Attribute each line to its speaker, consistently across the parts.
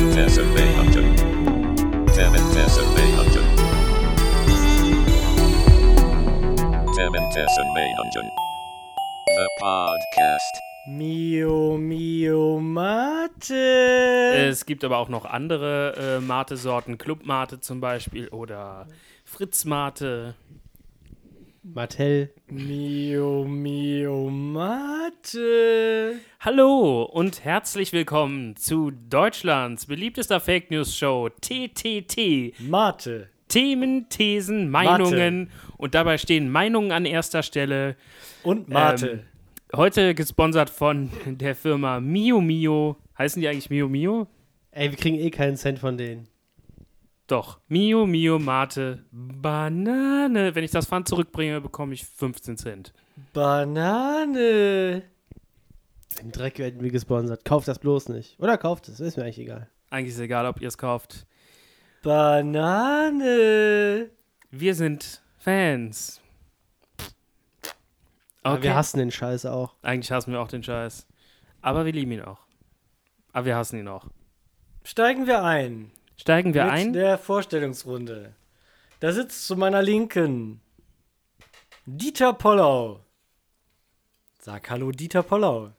Speaker 1: Fernsehunter. Themen Fernsehunter. Themen Fernsehunter. The podcast.
Speaker 2: Mio, Mio, Mate.
Speaker 3: Es gibt aber auch noch andere äh, Mate-Sorten, Club-Mate zum Beispiel oder Fritz-Mate.
Speaker 4: Martell.
Speaker 2: Mio, Mio, Mate.
Speaker 3: Hallo und herzlich willkommen zu Deutschlands beliebtester Fake News Show TTT.
Speaker 2: Mate.
Speaker 3: Themen, Thesen, Meinungen und dabei stehen Meinungen an erster Stelle.
Speaker 2: Und Mate.
Speaker 3: Ähm, heute gesponsert von der Firma Mio Mio. Heißen die eigentlich Mio Mio?
Speaker 4: Ey, wir kriegen eh keinen Cent von denen.
Speaker 3: Doch. Mio Mio Mate Banane. Wenn ich das Pfand zurückbringe, bekomme ich 15 Cent.
Speaker 2: Banane.
Speaker 4: Den Dreck werden wir gesponsert. Kauft das bloß nicht. Oder kauft es, ist mir eigentlich egal.
Speaker 3: Eigentlich ist egal, ob ihr es kauft.
Speaker 2: Banane.
Speaker 3: Wir sind Fans.
Speaker 4: Aber
Speaker 3: Okay.
Speaker 4: wir hassen den Scheiß auch.
Speaker 3: Eigentlich hassen wir auch den Scheiß. Aber wir lieben ihn auch. Aber wir hassen ihn auch.
Speaker 2: Steigen wir ein.
Speaker 3: Steigen wir
Speaker 2: mit
Speaker 3: ein.
Speaker 2: der Vorstellungsrunde. Da sitzt zu meiner Linken Dieter Pollau. Sag hallo, Dieter Pollau.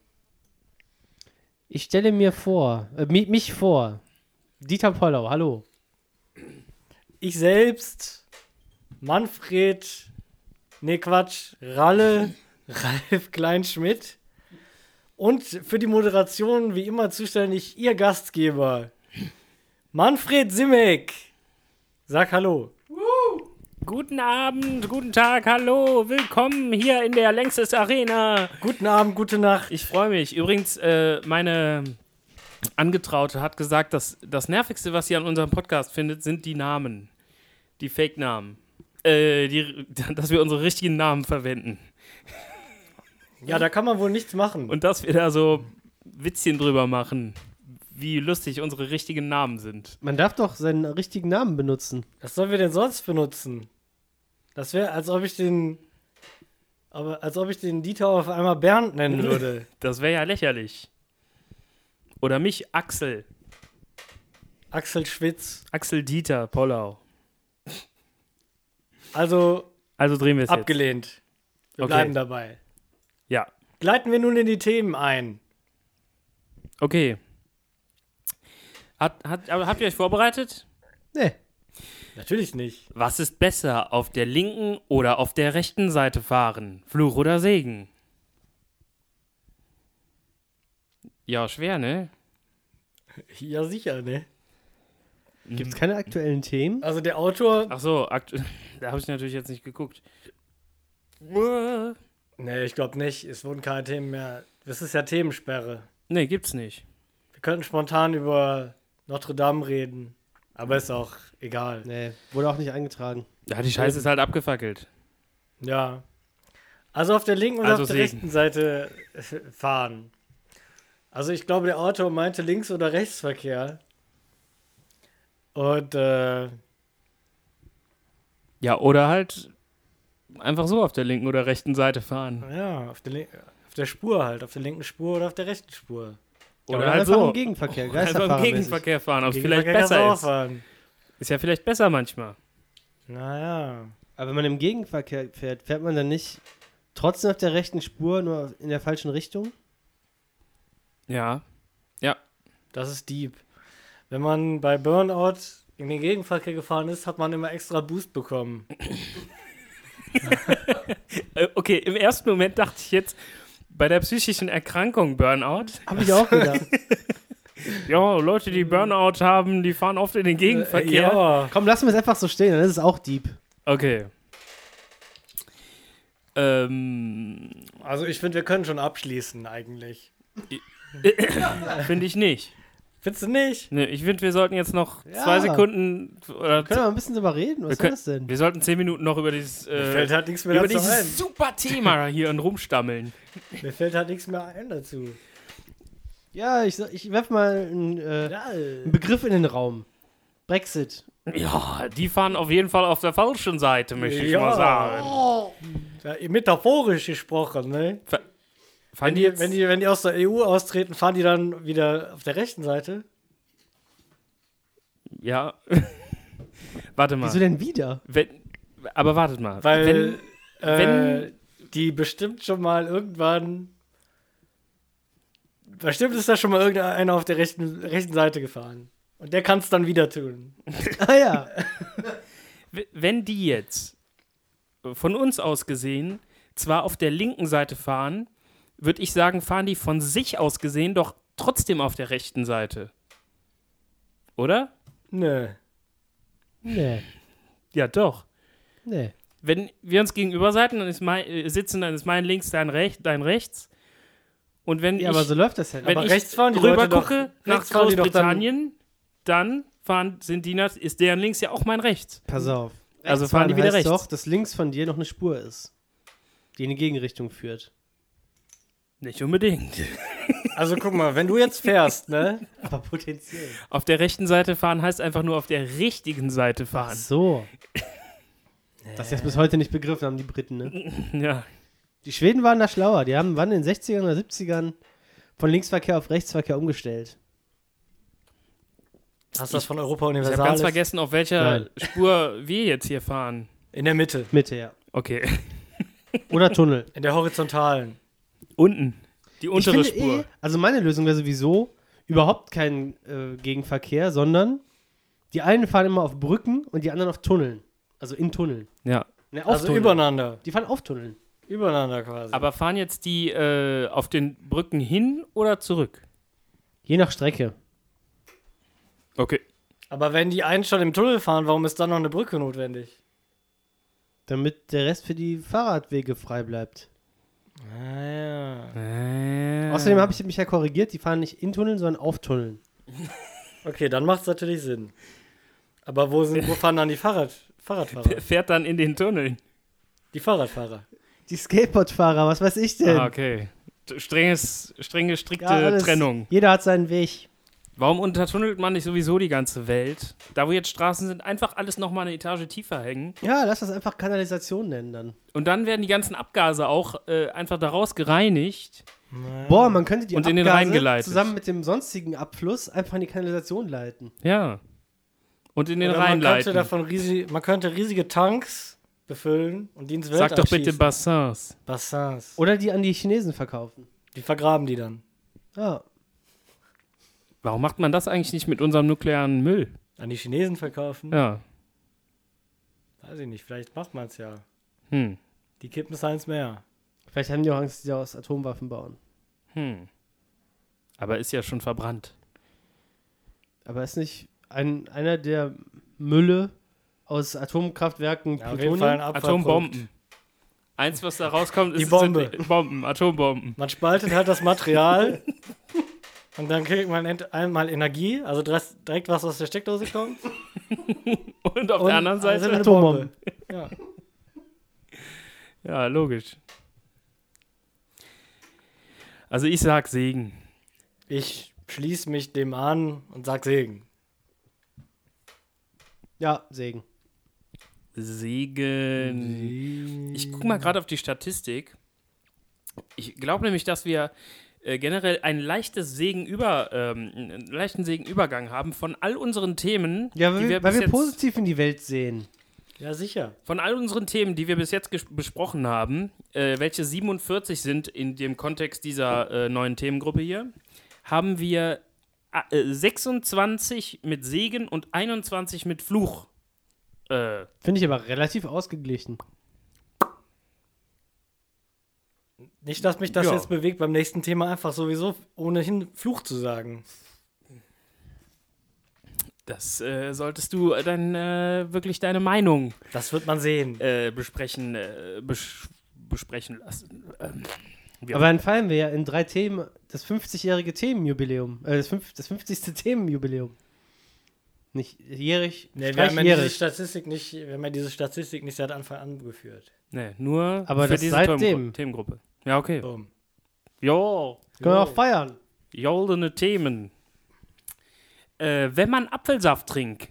Speaker 4: Ich stelle mir vor, äh, mi- mich vor. Dieter Pollau, hallo.
Speaker 2: Ich selbst, Manfred, nee Quatsch, Ralle, Ralf Kleinschmidt. Und für die Moderation wie immer zuständig Ihr Gastgeber, Manfred Simek. Sag hallo.
Speaker 3: Guten Abend, guten Tag, hallo, willkommen hier in der Längstes Arena.
Speaker 2: Guten Abend, gute Nacht.
Speaker 3: Ich freue mich. Übrigens, äh, meine Angetraute hat gesagt, dass das Nervigste, was sie an unserem Podcast findet, sind die Namen. Die Fake-Namen. Äh, die, dass wir unsere richtigen Namen verwenden.
Speaker 2: Ja, da kann man wohl nichts machen.
Speaker 3: Und dass wir da so Witzchen drüber machen, wie lustig unsere richtigen Namen sind.
Speaker 4: Man darf doch seinen richtigen Namen benutzen.
Speaker 2: Was sollen wir denn sonst benutzen? Das wäre, als ob ich den. Aber als ob ich den Dieter auf einmal Bernd nennen würde.
Speaker 3: Das wäre ja lächerlich. Oder mich, Axel.
Speaker 2: Axel Schwitz.
Speaker 3: Axel Dieter Pollau.
Speaker 2: Also
Speaker 3: Also drehen wir es jetzt.
Speaker 2: abgelehnt. Wir
Speaker 3: Okay.
Speaker 2: bleiben dabei.
Speaker 3: Ja,
Speaker 2: Gleiten wir nun in die Themen ein.
Speaker 3: okay. Hat, hat, aber habt ihr euch vorbereitet?
Speaker 4: Nee.
Speaker 2: Natürlich nicht.
Speaker 3: Was ist besser, auf der linken oder auf der rechten Seite fahren? Fluch oder Segen? Ja, schwer, ne?
Speaker 2: Ja, sicher, ne?
Speaker 3: Mhm.
Speaker 4: Gibt es keine aktuellen Themen?
Speaker 2: Also der Autor.
Speaker 3: Ach so, akt da habe ich natürlich jetzt nicht geguckt. Uah.
Speaker 2: Nee, ich glaube nicht. Es wurden keine Themen mehr. Das ist ja Themensperre.
Speaker 3: Nee, gibt's nicht.
Speaker 2: Wir könnten spontan über Notre Dame reden. Aber ist auch egal.
Speaker 4: Nee, wurde auch nicht eingetragen.
Speaker 3: Ja, die Scheiße ist halt abgefackelt.
Speaker 2: Ja. Also auf der linken und
Speaker 3: Also
Speaker 2: auf der
Speaker 3: Segen.
Speaker 2: rechten Seite äh, fahren. Also ich glaube, der Autor meinte Links- oder Rechtsverkehr. Und äh,
Speaker 3: Ja, oder halt einfach so auf der linken oder rechten Seite fahren.
Speaker 2: ja, auf der, lin- auf der Spur halt, auf der linken Spur oder auf der rechten Spur.
Speaker 3: Oder,
Speaker 4: Oder
Speaker 3: halt
Speaker 4: einfach
Speaker 3: so.
Speaker 4: im Gegenverkehr.
Speaker 3: Einfach im
Speaker 4: geisterfahrermäßig.
Speaker 3: Gegenverkehr fahren, ob es
Speaker 2: Gegen
Speaker 3: vielleicht
Speaker 2: Verkehr kannst du
Speaker 3: besser
Speaker 2: auch
Speaker 3: ist.
Speaker 2: fahren.
Speaker 3: Ist ja vielleicht besser manchmal.
Speaker 2: Naja.
Speaker 4: Aber wenn man im Gegenverkehr fährt, fährt man dann nicht trotzdem auf der rechten Spur, nur in der falschen Richtung?
Speaker 3: Ja.
Speaker 2: Das ist deep. Wenn man bei Burnout in den Gegenverkehr gefahren ist, hat man immer extra Boost bekommen.
Speaker 3: Äh, okay, im ersten Moment dachte ich jetzt, bei der psychischen Erkrankung Burnout.
Speaker 4: Hab ich auch gedacht.
Speaker 3: Ja, Leute, die Burnout haben, die fahren oft in den Gegenverkehr.
Speaker 2: Äh, Ja.
Speaker 4: Komm, lassen wir es einfach so stehen, dann ist es auch deep.
Speaker 3: Okay. Ähm,
Speaker 2: Also ich finde, wir können schon abschließen eigentlich.
Speaker 3: finde ich nicht.
Speaker 2: Findest du nicht?
Speaker 3: Nee, ich finde, wir sollten jetzt noch
Speaker 4: Ja.
Speaker 3: zwei Sekunden oder
Speaker 4: Können wir mal ein bisschen drüber reden? Was
Speaker 3: Wir
Speaker 4: soll
Speaker 3: können-
Speaker 4: das denn?
Speaker 3: Wir sollten zehn Minuten noch über dieses,
Speaker 2: Mir fällt
Speaker 3: äh,
Speaker 2: halt nichts mehr
Speaker 3: über
Speaker 2: dazu ein.
Speaker 3: dieses super Thema hier und rumstammeln.
Speaker 2: Mir fällt halt nichts mehr ein dazu.
Speaker 4: Ja, ich, so- ich werf mal einen, äh,
Speaker 2: Ja,
Speaker 4: einen Begriff in den Raum. Brexit.
Speaker 3: Ja, die fahren auf jeden Fall auf der falschen Seite, möchte ich
Speaker 2: Ja.
Speaker 3: mal sagen.
Speaker 2: ja, metaphorisch gesprochen, ne?
Speaker 3: Fahren
Speaker 2: Wenn die, E wenn, die, wenn die aus der EU austreten, fahren die dann wieder auf der rechten Seite?
Speaker 3: Ja. Warte mal.
Speaker 4: Wieso denn wieder?
Speaker 3: Wenn, aber wartet mal.
Speaker 2: Weil
Speaker 3: wenn,
Speaker 2: äh, die bestimmt schon mal irgendwann. Bestimmt ist da schon mal irgendeiner auf der rechten, rechten Seite gefahren. Und der kann es dann wieder tun.
Speaker 4: Ah ja.
Speaker 3: w- wenn die jetzt äh, von uns aus gesehen zwar auf der linken Seite fahren, würde ich sagen, fahren die von sich aus gesehen doch trotzdem auf der rechten Seite. Oder?
Speaker 2: Nö.
Speaker 4: Nee,
Speaker 3: Ja, doch.
Speaker 4: nee.
Speaker 3: wenn wir uns gegenüber seiten, dann ist mein, äh, sitzen, dann ist mein links, dein rechts, dein rechts. Und wenn
Speaker 4: Ja,
Speaker 3: ich,
Speaker 4: aber so läuft das ja.
Speaker 3: wenn
Speaker 4: nicht.
Speaker 2: aber
Speaker 3: ich
Speaker 2: rechts fahren die
Speaker 3: rüber
Speaker 2: Leute doch-
Speaker 3: gucke
Speaker 2: rechts
Speaker 3: nach
Speaker 2: fahren die doch dann-
Speaker 3: Großbritannien, dann, fahren, sind die, nach- ist deren links ja auch mein rechts.
Speaker 4: Pass auf.
Speaker 3: Also
Speaker 4: Rechts
Speaker 3: fahren die wieder
Speaker 4: heißt
Speaker 3: rechts.
Speaker 4: doch, dass links von dir noch eine Spur ist, die in die Gegenrichtung führt.
Speaker 3: Nicht unbedingt.
Speaker 2: Also guck mal, wenn du jetzt fährst, ne?
Speaker 4: Aber potenziell.
Speaker 3: Auf der rechten Seite fahren heißt einfach nur auf der richtigen Seite
Speaker 4: Ach
Speaker 3: fahren.
Speaker 4: so. Das ist jetzt bis heute nicht begriffen haben die Briten, ne?
Speaker 3: Ja.
Speaker 4: Die Schweden waren da schlauer. Die haben wann in den 60ern oder 70ern von Linksverkehr auf Rechtsverkehr umgestellt.
Speaker 2: Hast du das von Europa
Speaker 3: Ich
Speaker 2: Universal?
Speaker 3: habe ganz
Speaker 2: ist?
Speaker 3: vergessen, auf welcher
Speaker 4: Nein.
Speaker 3: Spur wir jetzt hier fahren.
Speaker 2: In der Mitte,
Speaker 4: Mitte, ja.
Speaker 3: Okay.
Speaker 4: Oder Tunnel.
Speaker 2: in der horizontalen.
Speaker 3: Unten. Die
Speaker 4: Ich
Speaker 3: untere
Speaker 4: finde
Speaker 3: Spur.
Speaker 4: Eh, also meine Lösung wäre sowieso überhaupt kein äh, Gegenverkehr, sondern die einen fahren immer auf Brücken und die anderen auf Tunneln. Also in Tunneln.
Speaker 3: ja.
Speaker 4: Ne, auf
Speaker 2: Also
Speaker 4: Tunneln.
Speaker 2: übereinander.
Speaker 4: Die fahren auf Tunneln.
Speaker 2: Übereinander quasi.
Speaker 3: Aber fahren jetzt die äh, auf den Brücken hin oder zurück?
Speaker 4: Je nach Strecke.
Speaker 3: Okay.
Speaker 2: Aber wenn die einen schon im Tunnel fahren, warum ist dann noch eine Brücke notwendig?
Speaker 4: Damit der Rest für die Fahrradwege frei bleibt.
Speaker 2: Ah, ja.
Speaker 3: Äh.
Speaker 4: Außerdem habe ich mich ja korrigiert, die fahren nicht in Tunneln, sondern auf Tunneln.
Speaker 2: Okay, dann macht es natürlich Sinn. Aber wo, sind, wo fahren dann die Fahrrad, Fahrradfahrer?
Speaker 3: fährt dann in den Tunnel.
Speaker 2: Die Fahrradfahrer.
Speaker 4: Die Skateboardfahrer, was weiß ich denn?
Speaker 3: Ah, okay. T- Strenges, streng gestrickte
Speaker 4: Ja, alles-
Speaker 3: Trennung.
Speaker 4: Jeder hat seinen Weg.
Speaker 3: Warum untertunnelt man nicht sowieso die ganze Welt? Da, wo jetzt Straßen sind, einfach alles nochmal eine Etage tiefer hängen.
Speaker 4: Ja, lass das einfach Kanalisation nennen dann.
Speaker 3: Und dann werden die ganzen Abgase auch äh, einfach daraus gereinigt.
Speaker 4: Boah, man könnte die
Speaker 3: Ah. Und in den
Speaker 4: Abgase
Speaker 3: Rhein geleitet.
Speaker 4: zusammen mit dem sonstigen Abfluss einfach in die Kanalisation leiten.
Speaker 3: Ja. Und in den
Speaker 2: Oder
Speaker 3: Rhein
Speaker 2: man könnte
Speaker 3: leiten.
Speaker 2: davon riesig, man könnte riesige Tanks befüllen und die ins Weltall
Speaker 3: Sag doch bitte
Speaker 2: schießen.
Speaker 3: Bassins.
Speaker 2: Bassins.
Speaker 4: Oder die an die Chinesen verkaufen. Ah.
Speaker 2: Die vergraben die dann.
Speaker 4: Ja.
Speaker 3: Warum macht man das eigentlich nicht mit unserem nuklearen Müll?
Speaker 2: An die Chinesen verkaufen?
Speaker 3: Ja.
Speaker 2: Weiß ich nicht, vielleicht macht man es ja.
Speaker 3: Hm.
Speaker 2: Die kippen es eins mehr.
Speaker 4: Vielleicht haben die auch Angst, dass die aus Atomwaffen bauen.
Speaker 3: Hm. Aber ist ja schon verbrannt.
Speaker 4: Aber ist nicht ein, einer der Mülle aus Atomkraftwerken
Speaker 2: Ja, auf jeden Fall ein
Speaker 4: Plutonium?
Speaker 2: Abfallprodukt.
Speaker 3: Atombomben. Eins, was da rauskommt, ist
Speaker 2: Die Bombe.
Speaker 3: sind, äh, Bomben, Atombomben.
Speaker 2: Man spaltet halt das Material und dann kriegt man ent- einmal Energie, also dres- direkt was aus der Steckdose kommt.
Speaker 3: Und auf
Speaker 2: und
Speaker 3: der anderen
Speaker 2: also
Speaker 3: Seite.
Speaker 2: eine
Speaker 4: Atombomben.
Speaker 2: Bombe. Ja.
Speaker 3: Ja, logisch. Also ich sag Segen.
Speaker 2: Ich schließe mich dem an und sag Segen.
Speaker 4: Ja, Segen.
Speaker 3: Segen. Ich guck mal gerade auf die Statistik. Ich glaube nämlich, dass wir äh, generell ein leichtes Segen über, ähm, einen leichten Segenübergang haben von all unseren Themen,
Speaker 4: Ja, weil
Speaker 3: die
Speaker 4: wir,
Speaker 3: wir,
Speaker 4: weil
Speaker 3: bis
Speaker 4: wir
Speaker 3: jetzt,
Speaker 4: positiv in die Welt sehen.
Speaker 2: Ja, sicher.
Speaker 3: von all unseren Themen, die wir bis jetzt ges- besprochen haben, äh, welche 47 sind in dem Kontext dieser äh, neuen Themengruppe hier, haben wir äh, äh, 26 mit Segen und 21 mit Fluch. Äh,
Speaker 4: Finde ich aber relativ ausgeglichen.
Speaker 2: Nicht, dass mich das
Speaker 3: Ja.
Speaker 2: jetzt bewegt, beim nächsten Thema einfach sowieso ohnehin Fluch zu sagen.
Speaker 3: das äh, solltest du äh, dann äh, wirklich deine Meinung
Speaker 2: Das wird man sehen.
Speaker 3: äh, besprechen, äh, besch besprechen lassen. Ähm, Ja.
Speaker 4: Aber dann feiern wir ja in drei Themen das 50-jährige Themenjubiläum. Äh, das, fünf, das 50. Themenjubiläum. Nicht jährig,
Speaker 2: Nee, wir,
Speaker 4: streich
Speaker 2: haben ja diese
Speaker 4: jährig.
Speaker 2: Statistik nicht, wir haben ja diese Statistik nicht seit Anfang an geführt.
Speaker 3: nee, Ne, nur
Speaker 4: Aber
Speaker 3: für
Speaker 4: das
Speaker 3: diese
Speaker 4: seitdem.
Speaker 3: Themengru- Themengruppe. Ja, okay.
Speaker 2: Boom.
Speaker 3: Jo.
Speaker 4: Können
Speaker 2: Jo.
Speaker 4: wir auch feiern.
Speaker 3: Joldene Themen. Äh, wenn man Apfelsaft trinkt,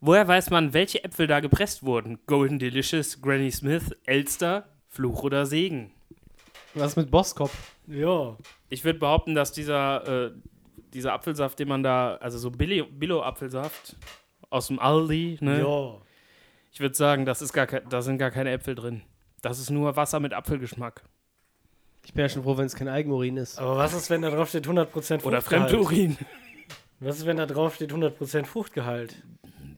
Speaker 3: woher weiß man, welche Äpfel da gepresst wurden? Golden Delicious, Granny Smith, Elster, Fluch oder Segen?
Speaker 4: Was ist mit Bosskopf?
Speaker 2: Ja.
Speaker 3: Ich würde behaupten, dass dieser, äh, dieser Apfelsaft, den man da, also so Billo- Billo-Apfelsaft aus dem Aldi, ne?
Speaker 2: Jo.
Speaker 3: Ich würde sagen, das ist gar ke- da sind gar keine Äpfel drin. Das ist nur Wasser mit Apfelgeschmack.
Speaker 4: Ich bin ja schon froh, wenn es kein Eigenurin ist.
Speaker 2: Aber was ist, wenn da drauf steht 100% Fruchtgehalt?
Speaker 3: Oder Fremdurin.
Speaker 2: Was ist, wenn da drauf steht 100% Fruchtgehalt?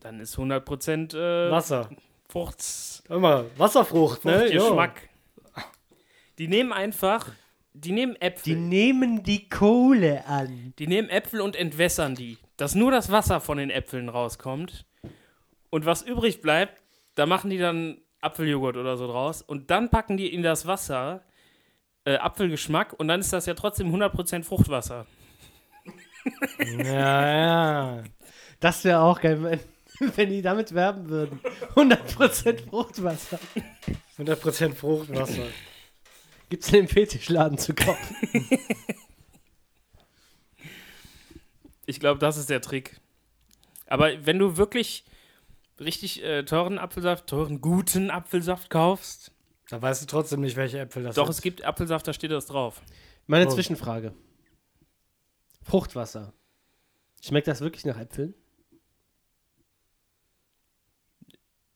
Speaker 3: Dann ist 100% äh,
Speaker 2: Wasser.
Speaker 3: Fruchts,
Speaker 2: Immer Wasserfrucht, ne? Jo.
Speaker 3: Fruchtgeschmack. Die nehmen einfach, die nehmen Äpfel.
Speaker 4: Die nehmen die Kohle an.
Speaker 3: Die nehmen Äpfel und entwässern die, dass nur das Wasser von den Äpfeln rauskommt. Und was übrig bleibt, da machen die dann Apfeljoghurt oder so draus. Und dann packen die in das Wasser äh, Apfelgeschmack und dann ist das ja trotzdem 100% Fruchtwasser.
Speaker 2: Ja, ja.
Speaker 4: Das wäre auch geil, wenn, wenn die damit werben würden. 100% Fruchtwasser.
Speaker 2: 100% Fruchtwasser.
Speaker 4: Gibt's in dem Fetischladen zu kaufen.
Speaker 3: Ich glaube, das ist der Trick. Aber wenn du wirklich richtig äh, teuren Apfelsaft, teuren guten Apfelsaft kaufst,
Speaker 2: Da weißt du trotzdem nicht, welche Äpfel das
Speaker 3: doch,
Speaker 2: ist.
Speaker 3: es gibt Apfelsaft, da steht das drauf.
Speaker 4: Meine
Speaker 2: Oh.
Speaker 4: Zwischenfrage. Fruchtwasser. Schmeckt das wirklich nach Äpfeln?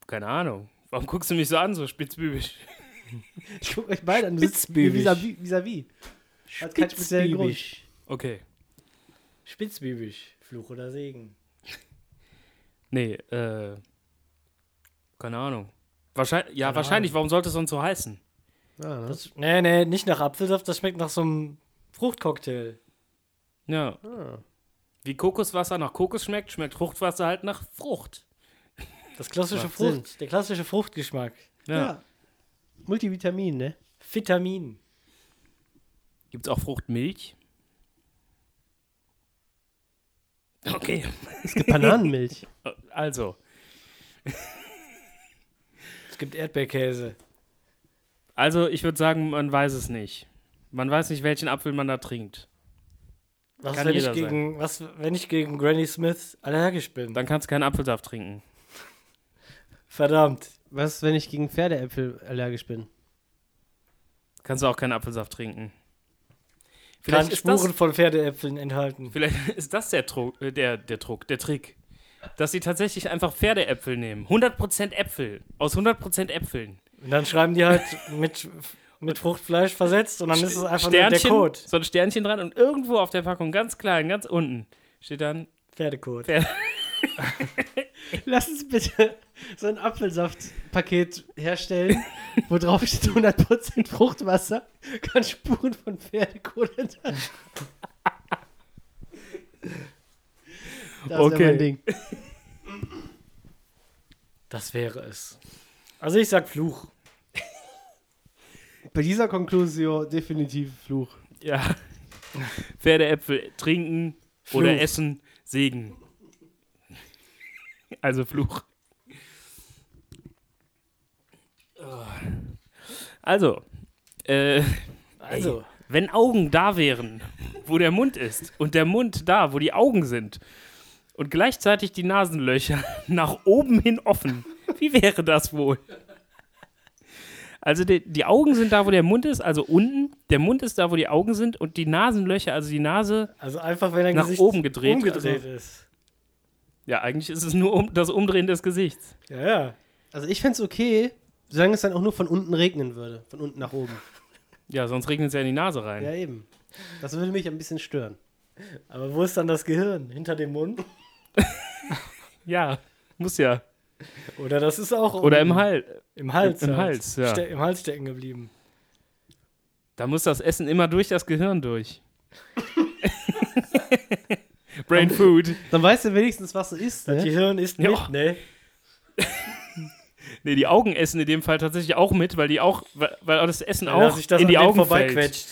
Speaker 3: Keine Ahnung. Warum guckst du mich so an, so spitzbübisch?
Speaker 4: Ich guck euch beide an. Du sitzt mir
Speaker 2: Spitzbübisch.
Speaker 4: vis-à-vis. vis-à-vis. Hat keinen speziellen Grund.
Speaker 2: Spitzbübisch.
Speaker 3: Okay.
Speaker 2: Spitzbübisch. Fluch oder Segen.
Speaker 3: Nee, äh. Keine Ahnung. Wahrscheinlich, ja,
Speaker 2: Keine
Speaker 3: wahrscheinlich. Warum sollte es sonst so heißen?
Speaker 4: Ah, ne?
Speaker 2: Das, nee, nee, nicht nach Apfelsaft, das schmeckt nach so einem Fruchtcocktail.
Speaker 3: Ja.
Speaker 4: Ah.
Speaker 3: Wie Kokoswasser nach Kokos schmeckt, schmeckt Fruchtwasser halt nach Frucht.
Speaker 2: Das klassische
Speaker 4: Macht
Speaker 2: Frucht, der klassische Fruchtgeschmack.
Speaker 3: Ja.
Speaker 4: ja. Multivitamin, ne?
Speaker 2: Vitamin.
Speaker 3: Gibt's auch Fruchtmilch? Okay,
Speaker 4: Es gibt Bananenmilch.
Speaker 3: also.
Speaker 2: Es gibt Erdbeerkäse.
Speaker 3: Also, ich würde sagen, man weiß es nicht. Man weiß nicht, welchen Apfel man da trinkt.
Speaker 2: Was,
Speaker 3: Kann
Speaker 2: wenn ich,
Speaker 3: jeder sein.
Speaker 2: gegen, was, wenn ich gegen Granny Smith allergisch bin?
Speaker 3: Dann kannst du keinen Apfelsaft trinken.
Speaker 2: Verdammt.
Speaker 4: Was, wenn ich gegen Pferdeäpfel allergisch bin?
Speaker 3: Kannst du auch keinen Apfelsaft trinken.
Speaker 2: Kann
Speaker 3: Vielleicht ist, das,
Speaker 2: Spuren von Pferdeäpfeln enthalten.
Speaker 3: vielleicht ist das der, Druck, äh, der, der Druck, der Trick. Dass sie tatsächlich einfach Pferdeäpfel nehmen. 100% Äpfel. Aus 100% Äpfeln.
Speaker 2: Und dann schreiben die halt mit, mit Fruchtfleisch versetzt und dann ist es einfach nur der Code.
Speaker 3: so ein Sternchen dran und irgendwo auf der Packung, ganz klein, ganz unten, steht dann
Speaker 2: Pferdecode.
Speaker 4: Lass uns bitte so ein Apfelsaftpaket herstellen, wo drauf steht 100% Fruchtwasser, kann Spuren von Pferdekohle enthalten. Das okay.
Speaker 3: Okay.
Speaker 4: mein Ding.
Speaker 2: Das wäre es. Also ich sag Fluch.
Speaker 4: Bei dieser Konklusio definitiv Fluch.
Speaker 3: Ja. Pferdeäpfel trinken oder essen, Segen. Also Fluch. Also, äh,
Speaker 2: Also,
Speaker 3: wenn Augen da wären, wo der Mund ist und der Mund da, wo die Augen sind und gleichzeitig die Nasenlöcher nach oben hin offen, wie wäre das wohl? Also die, die Augen sind da, wo der Mund ist, also unten. Der Mund ist da, wo die Augen sind und die Nasenlöcher, also die Nase,
Speaker 2: also einfach wenn dein
Speaker 3: Nach
Speaker 2: Gesicht
Speaker 3: oben gedreht,
Speaker 2: umgedreht
Speaker 3: also-
Speaker 2: ist.
Speaker 3: ja eigentlich ist es nur um, das Umdrehen des Gesichts.
Speaker 2: Ja, ja.
Speaker 4: Also ich fände es okay, solange es dann auch nur von unten regnen würde. Von unten nach oben.
Speaker 3: Ja, sonst regnet es ja in die Nase rein.
Speaker 4: Ja, eben. Das würde mich ein bisschen stören.
Speaker 2: Aber wo ist dann das Gehirn? Hinter dem Mund?
Speaker 3: Ja, muss ja.
Speaker 2: Oder das ist auch
Speaker 3: Oder
Speaker 2: unten.
Speaker 3: im Hals.
Speaker 2: Im Hals.
Speaker 3: Im- im
Speaker 2: halt.
Speaker 3: Hals, ja.
Speaker 2: Ste Im Hals stecken geblieben.
Speaker 3: Da muss das Essen immer durch das Gehirn durch. Brain Food.
Speaker 4: Dann weißt du wenigstens, was du isst,
Speaker 2: Das
Speaker 4: ne?
Speaker 2: Gehirn ist
Speaker 3: Ja.
Speaker 2: mit, ne?
Speaker 3: Nee, die Augen essen in dem Fall tatsächlich auch mit, weil die auch, weil, weil auch das Essen
Speaker 2: Wenn er
Speaker 3: auch
Speaker 2: sich das
Speaker 3: in
Speaker 2: an
Speaker 3: die
Speaker 2: denen
Speaker 3: Augen
Speaker 2: vorbei
Speaker 3: fällt.
Speaker 2: quetscht.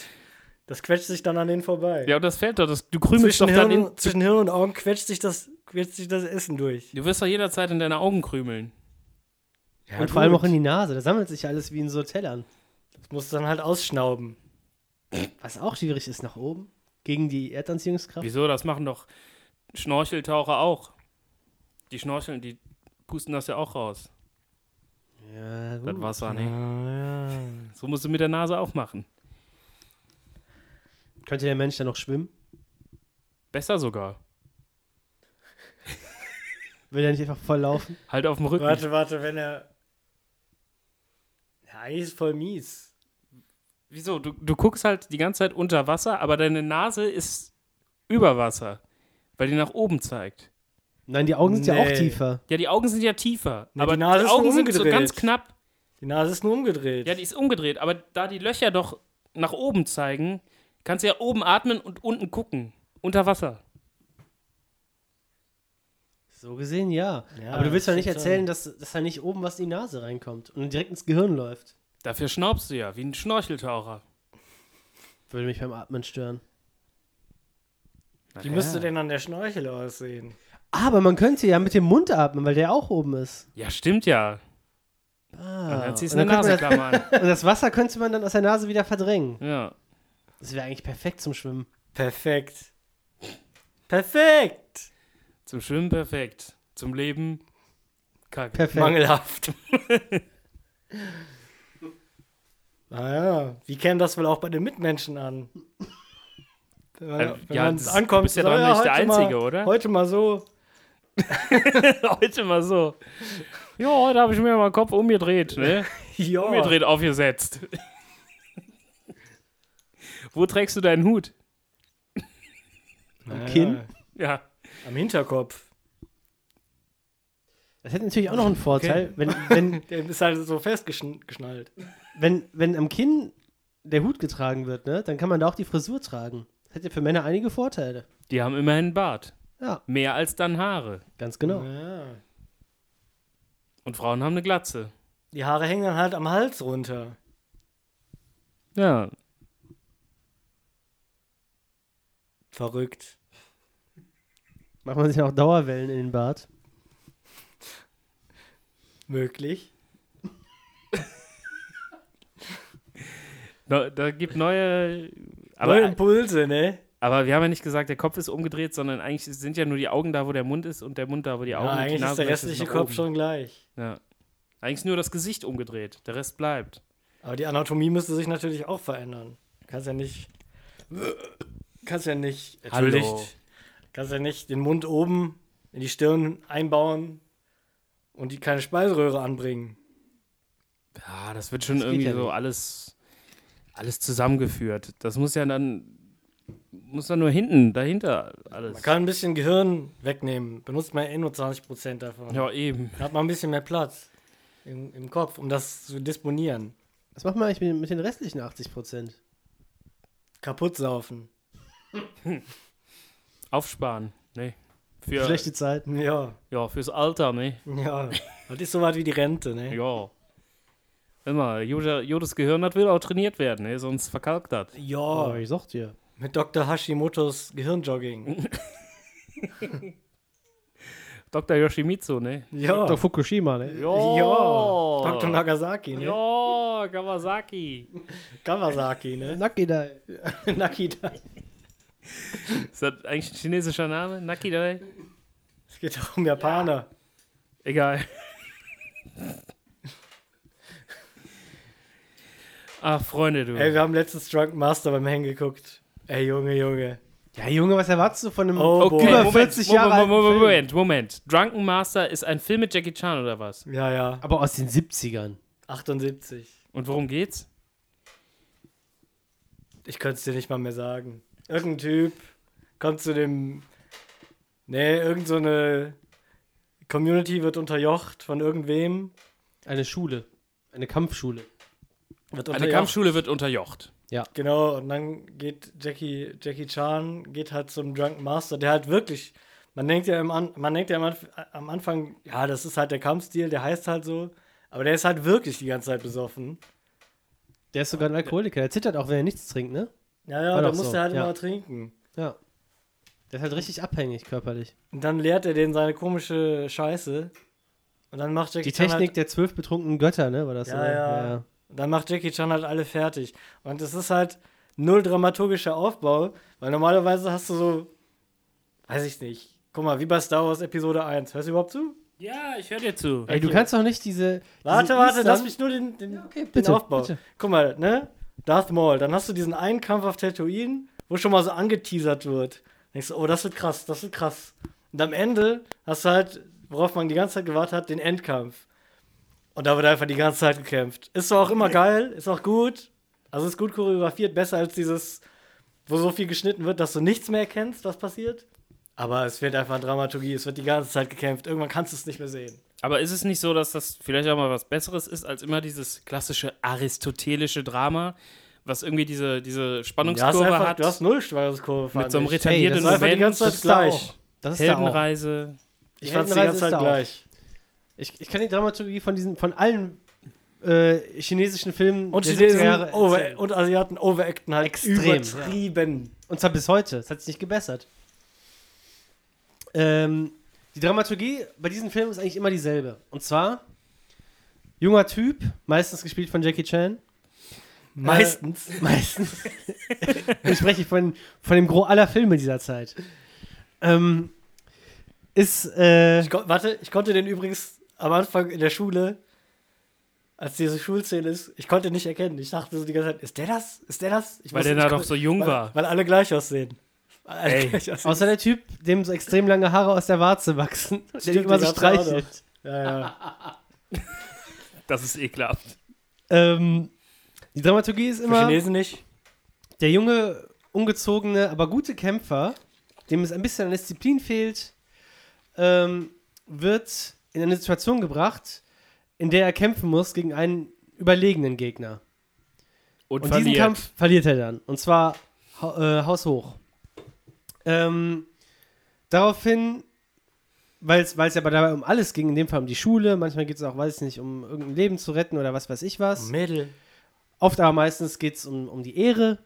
Speaker 2: Das quetscht sich dann an den vorbei.
Speaker 3: Ja, und das fällt doch. Das, du krümelst
Speaker 2: zwischen,
Speaker 3: doch dann
Speaker 2: Hirn,
Speaker 3: in.
Speaker 2: zwischen Hirn und Augen quetscht sich das, quetscht sich das Essen durch.
Speaker 3: Du wirst doch jederzeit in deine Augen krümeln.
Speaker 2: Ja,
Speaker 4: Und vor allem auch in die Nase. Da sammelt sich alles wie in so Tellern.
Speaker 2: Das musst du dann halt ausschnauben.
Speaker 4: Was auch schwierig ist, nach oben. Gegen die Erdanziehungskraft.
Speaker 3: Wieso? Das machen doch Schnorcheltaucher auch. Die schnorcheln, die pusten das ja auch raus.
Speaker 4: Ja, gut.
Speaker 3: Das Wasser, ne?
Speaker 2: Ah, ja.
Speaker 3: So musst du mit der Nase auch machen.
Speaker 4: Könnte der Mensch dann noch schwimmen?
Speaker 3: Besser sogar.
Speaker 4: Will er nicht einfach voll laufen?
Speaker 3: Halt auf dem Rücken.
Speaker 2: Warte, warte, wenn er. Ja, eigentlich ist voll mies.
Speaker 3: Wieso? Du, du guckst halt die ganze Zeit unter Wasser, aber deine Nase ist über Wasser, weil die nach oben zeigt.
Speaker 4: Nein, die Augen sind ja auch
Speaker 2: Nee.
Speaker 4: tiefer.
Speaker 3: Ja, die Augen sind ja tiefer,
Speaker 2: Nee,
Speaker 3: aber
Speaker 2: die Nase
Speaker 3: die
Speaker 2: ist
Speaker 3: Augen
Speaker 2: nur
Speaker 3: sind so
Speaker 2: umgedreht.
Speaker 3: ganz knapp
Speaker 2: Die Nase ist nur umgedreht.
Speaker 3: Ja, die ist umgedreht, aber da die Löcher doch nach oben zeigen, kannst du ja oben atmen und unten gucken. Unter Wasser.
Speaker 4: So gesehen, ja.
Speaker 2: Ja,
Speaker 4: Aber du willst
Speaker 2: das
Speaker 4: doch nicht
Speaker 2: stimmt
Speaker 4: erzählen, dass, dass da nicht oben was in die Nase reinkommt und direkt ins Gehirn läuft.
Speaker 3: Dafür schnaubst du ja, wie ein Schnorcheltaucher.
Speaker 4: Würde mich beim Atmen stören.
Speaker 2: Wie müsste denn an der Schnorchel aussehen?
Speaker 4: Aber man könnte ja mit dem Mund atmen, weil der auch oben ist.
Speaker 3: Ja, stimmt ja.
Speaker 4: Ah.
Speaker 3: Dann ziehst du
Speaker 4: und,
Speaker 3: eine
Speaker 4: dann könnte man
Speaker 3: Nasenklammer an.
Speaker 4: das, und das Wasser könnte man dann aus der Nase wieder verdrängen.
Speaker 3: Ja.
Speaker 4: Das wäre eigentlich perfekt zum Schwimmen.
Speaker 2: Perfekt. Perfekt!
Speaker 3: Zum Schwimmen perfekt. Zum Leben kacke.
Speaker 4: Perfekt.
Speaker 2: Mangelhaft. naja, Ah wie käme das wohl auch bei den Mitmenschen an? Wenn man,
Speaker 3: Also,
Speaker 2: wenn
Speaker 3: ja,
Speaker 2: man
Speaker 3: das-
Speaker 2: ankommt,
Speaker 3: du bist ja
Speaker 2: so,
Speaker 3: doch nicht der
Speaker 2: heute mal-
Speaker 3: Einzige, oder?
Speaker 2: Heute mal so.
Speaker 3: Heute mal so. Ja, heute habe ich mir mal den Kopf umgedreht, ne?
Speaker 2: Ja,
Speaker 3: Umgedreht aufgesetzt. Wo trägst du deinen Hut?
Speaker 2: am
Speaker 4: Kinn?
Speaker 3: Ja.
Speaker 2: Am Hinterkopf.
Speaker 4: Das hätte natürlich auch noch einen Vorteil, wenn, wenn,
Speaker 2: Der ist halt so festgeschnallt.
Speaker 4: wenn, wenn am Kinn der Hut getragen wird, ne, dann kann man da auch die Frisur tragen. Das hätte für Männer einige Vorteile.
Speaker 3: Die haben immerhin einen Bart.
Speaker 4: Ja,
Speaker 3: Mehr als dann Haare.
Speaker 4: ganz genau.
Speaker 2: Ah Ja.
Speaker 3: Und Frauen haben eine Glatze.
Speaker 2: Die Haare hängen dann halt am Hals runter.
Speaker 3: Ja.
Speaker 2: Verrückt.
Speaker 4: Macht man sich auch Dauerwellen in den Bart.
Speaker 2: Möglich.
Speaker 3: Da, da gibt neue.
Speaker 2: Neue
Speaker 3: Aber,
Speaker 2: Impulse, ne?
Speaker 3: aber wir haben ja nicht gesagt, der Kopf ist umgedreht, sondern eigentlich sind ja nur die Augen da, wo der Mund ist und der Mund da, wo die Augen
Speaker 2: ja,
Speaker 3: und die
Speaker 2: Ah, eigentlich ist
Speaker 3: Nase
Speaker 2: der
Speaker 3: rechts
Speaker 2: restliche
Speaker 3: nach
Speaker 2: Kopf
Speaker 3: oben.
Speaker 2: schon gleich.
Speaker 3: Ja. Eigentlich ist nur das Gesicht umgedreht. Der Rest bleibt.
Speaker 2: Aber die Anatomie müsste sich natürlich auch verändern. Kannst ja nicht. Kannst ja nicht.
Speaker 3: Hallo.
Speaker 2: Entschuldigt. Kannst ja nicht den Mund oben in die Stirn einbauen und die keine Speiseröhre anbringen.
Speaker 3: Ja, das wird schon
Speaker 4: Das geht
Speaker 3: irgendwie
Speaker 4: ja
Speaker 3: so
Speaker 4: nicht.
Speaker 3: alles, alles zusammengeführt. Das muss ja dann. Muss dann nur hinten, dahinter alles.
Speaker 2: Man kann ein bisschen Gehirn wegnehmen. Benutzt man eh nur 20% davon.
Speaker 3: ja, eben.
Speaker 2: Dann hat man ein bisschen mehr Platz im, im Kopf, um das zu disponieren.
Speaker 4: Was macht man eigentlich mit, mit den restlichen 80 Prozent?
Speaker 2: Kaputt saufen.
Speaker 3: Aufsparen. Nee. Für,
Speaker 4: Schlechte Zeiten.
Speaker 2: Ja,
Speaker 3: ja, fürs Alter, ne?
Speaker 2: ja. Das ist so weit wie die Rente, ne?
Speaker 3: Ja. Immer, Jodes Gehirn, das will auch trainiert werden, ne? sonst verkalkt das.
Speaker 4: Oh,
Speaker 2: Ja,
Speaker 4: ich sag dir.
Speaker 2: mit Dr. Hashimotos Gehirnjogging.
Speaker 3: Dr. Yoshimitsu, ne?
Speaker 2: Ja.
Speaker 4: Dr. Fukushima, ne?
Speaker 2: Ja. Dr. Nagasaki, ne?
Speaker 3: Oh. Ja, Kawasaki.
Speaker 2: Kawasaki, ne?
Speaker 4: Nacki da.
Speaker 2: Nakida.
Speaker 3: Ist das eigentlich ein chinesischer Name? Naki, ne?
Speaker 2: Es geht auch um Japaner.
Speaker 3: Egal. Ach, Freunde, du.
Speaker 2: Ey, wir haben letztens Drunk Master beim Hängen geguckt. Ey, Junge, Junge.
Speaker 4: Ja, Junge, was erwartest du von
Speaker 3: Hm.
Speaker 4: einem
Speaker 2: Oh, boy.
Speaker 4: über
Speaker 3: Moment, Moment,
Speaker 4: 40 Jahre alten
Speaker 3: Moment, Moment,
Speaker 4: Film?
Speaker 3: Moment, Moment. Drunken Master ist ein Film mit Jackie Chan oder was?
Speaker 2: Ja, ja.
Speaker 4: Aber aus den 70ern.
Speaker 2: 78.
Speaker 3: Und worum geht's?
Speaker 2: Ich könnte es dir nicht mal mehr sagen. Irgendein Typ kommt zu dem. Nee, irgend so eine Community wird unterjocht von irgendwem.
Speaker 4: Eine Schule. Eine Kampfschule.
Speaker 2: Wird
Speaker 3: Eine Kampfschule wird unterjocht.
Speaker 2: Genau, und dann geht Jackie, Jackie Chan geht halt zum Drunken Master, der halt wirklich, man denkt ja, im An, man denkt ja am, Anf am Anfang, ja, das ist halt der Kampfstil, der heißt halt so, aber der ist halt wirklich die ganze Zeit besoffen.
Speaker 4: Der ist sogar ein Alkoholiker. Der zittert auch, wenn er nichts trinkt, ne?
Speaker 2: Ja, ja,
Speaker 4: War
Speaker 2: da
Speaker 4: doch
Speaker 2: muss
Speaker 4: so,
Speaker 2: der halt
Speaker 4: ja.
Speaker 2: immer trinken.
Speaker 4: Ja. Der ist halt richtig abhängig körperlich.
Speaker 2: Und dann lehrt er denen seine komische Scheiße. Und dann macht Jackie
Speaker 4: Die
Speaker 2: Chan
Speaker 4: Technik
Speaker 2: halt,
Speaker 4: der zwölf betrunkenen Götter, ne? War das
Speaker 2: Ja,
Speaker 4: so?
Speaker 2: äh, ja. und dann macht Jackie Chan halt alle fertig. Und es ist halt null dramaturgischer Aufbau, weil normalerweise hast du so, weiß ich nicht, guck mal, wie bei Star Wars Episode 1. Hörst du überhaupt zu?
Speaker 3: Ja, ich höre dir zu.
Speaker 4: Ey, du kannst doch nicht diese.
Speaker 2: Warte,
Speaker 4: diese
Speaker 2: warte, lass
Speaker 4: Eastern-
Speaker 2: mich nur den, den,
Speaker 4: okay,
Speaker 2: den
Speaker 4: bitte,
Speaker 2: Aufbau.
Speaker 4: bitte.
Speaker 2: Guck mal, ne? Darth Maul, dann hast du diesen einen Kampf auf Tatooine, wo schon mal so angeteasert wird. Denkst du, oh, das wird krass, das wird krass. Und am Ende hast du halt, worauf man die ganze Zeit gewartet hat, den Endkampf. Und da wird einfach die ganze Zeit gekämpft. Ist zwar auch immer geil, ist auch gut. Also ist gut choreografiert, besser als dieses, wo so viel geschnitten wird, dass du nichts mehr erkennst, was passiert. Aber es fehlt einfach an Dramaturgie, es wird die ganze Zeit gekämpft. Irgendwann kannst du es nicht mehr sehen.
Speaker 3: Aber ist es nicht so, dass das vielleicht auch mal was Besseres ist als immer dieses klassische aristotelische Drama, was irgendwie diese, diese
Speaker 2: Du hast,
Speaker 3: Spannungskurve
Speaker 2: einfach,
Speaker 3: hat?
Speaker 2: du hast null Schweißkurve. fand
Speaker 3: so einem
Speaker 2: ich.
Speaker 3: Ritter-
Speaker 4: Hey,
Speaker 3: Hier
Speaker 4: das
Speaker 3: den
Speaker 4: ist
Speaker 2: Das war einfach die ganze
Speaker 3: Moment,
Speaker 2: Zeit
Speaker 4: das ist da
Speaker 2: gleich.
Speaker 4: auch. Das ist da auch.
Speaker 3: Heldenreise.
Speaker 2: Ich fand es die ganze
Speaker 4: Heldenreise ist
Speaker 2: Zeit
Speaker 4: da auch.
Speaker 2: gleich.
Speaker 4: Ich, ich kann die Dramaturgie von diesen, von allen äh, chinesischen Filmen
Speaker 2: Und
Speaker 4: der
Speaker 2: Chinesen Oh,
Speaker 4: 70er Jahre Äh,
Speaker 2: over, und Asiaten overacten halt
Speaker 4: Extrem,
Speaker 2: übertrieben.
Speaker 4: Und zwar bis heute. Es hat sich nicht gebessert. Ähm, die Dramaturgie bei diesen Filmen ist eigentlich immer dieselbe. Und zwar, junger Typ, meistens gespielt von Jackie Chan.
Speaker 2: Meistens.
Speaker 4: Meistens. ich spreche von, von dem Gros aller Filme dieser Zeit. Ähm, ist, äh,
Speaker 2: Ich kon- warte, ich konnte den übrigens am Anfang in der Schule, als diese Schulszene ist, ich konnte ihn nicht erkennen. Ich dachte so die ganze Zeit, ist der das? Ist der das? Ich
Speaker 3: Weil
Speaker 2: wusste-
Speaker 3: der da
Speaker 2: ich
Speaker 3: doch
Speaker 2: kon-
Speaker 3: so jung
Speaker 2: weil,
Speaker 3: war.
Speaker 2: Weil alle gleich aussehen. Weil alle
Speaker 3: Ey.
Speaker 2: gleich aussehen.
Speaker 4: außer der Typ, dem so extrem lange Haare aus der Warze wachsen, der
Speaker 2: Stimmt,
Speaker 4: die immer so
Speaker 2: den gab's ja auch
Speaker 4: streichelt.
Speaker 2: ja, ja.
Speaker 3: Das ist ekelhaft.
Speaker 4: Ähm, die Dramaturgie ist
Speaker 2: Für
Speaker 4: immer,
Speaker 2: Chinesen nicht.
Speaker 4: der junge, ungezogene, aber gute Kämpfer, dem es ein bisschen an Disziplin fehlt, ähm, wird in eine Situation gebracht, in der er kämpfen muss gegen einen überlegenen Gegner.
Speaker 3: Und,
Speaker 4: Und
Speaker 3: verliert.
Speaker 4: diesen Kampf verliert er dann. Und zwar hau- äh, haushoch. Ähm, daraufhin, weil es ja bei- dabei um alles ging, in dem Fall um die Schule, manchmal geht es auch, weiß ich nicht, um irgendein Leben zu retten oder was weiß ich
Speaker 2: Um
Speaker 4: was.
Speaker 2: Mädel.
Speaker 4: Oft aber meistens geht es um, um die Ehre,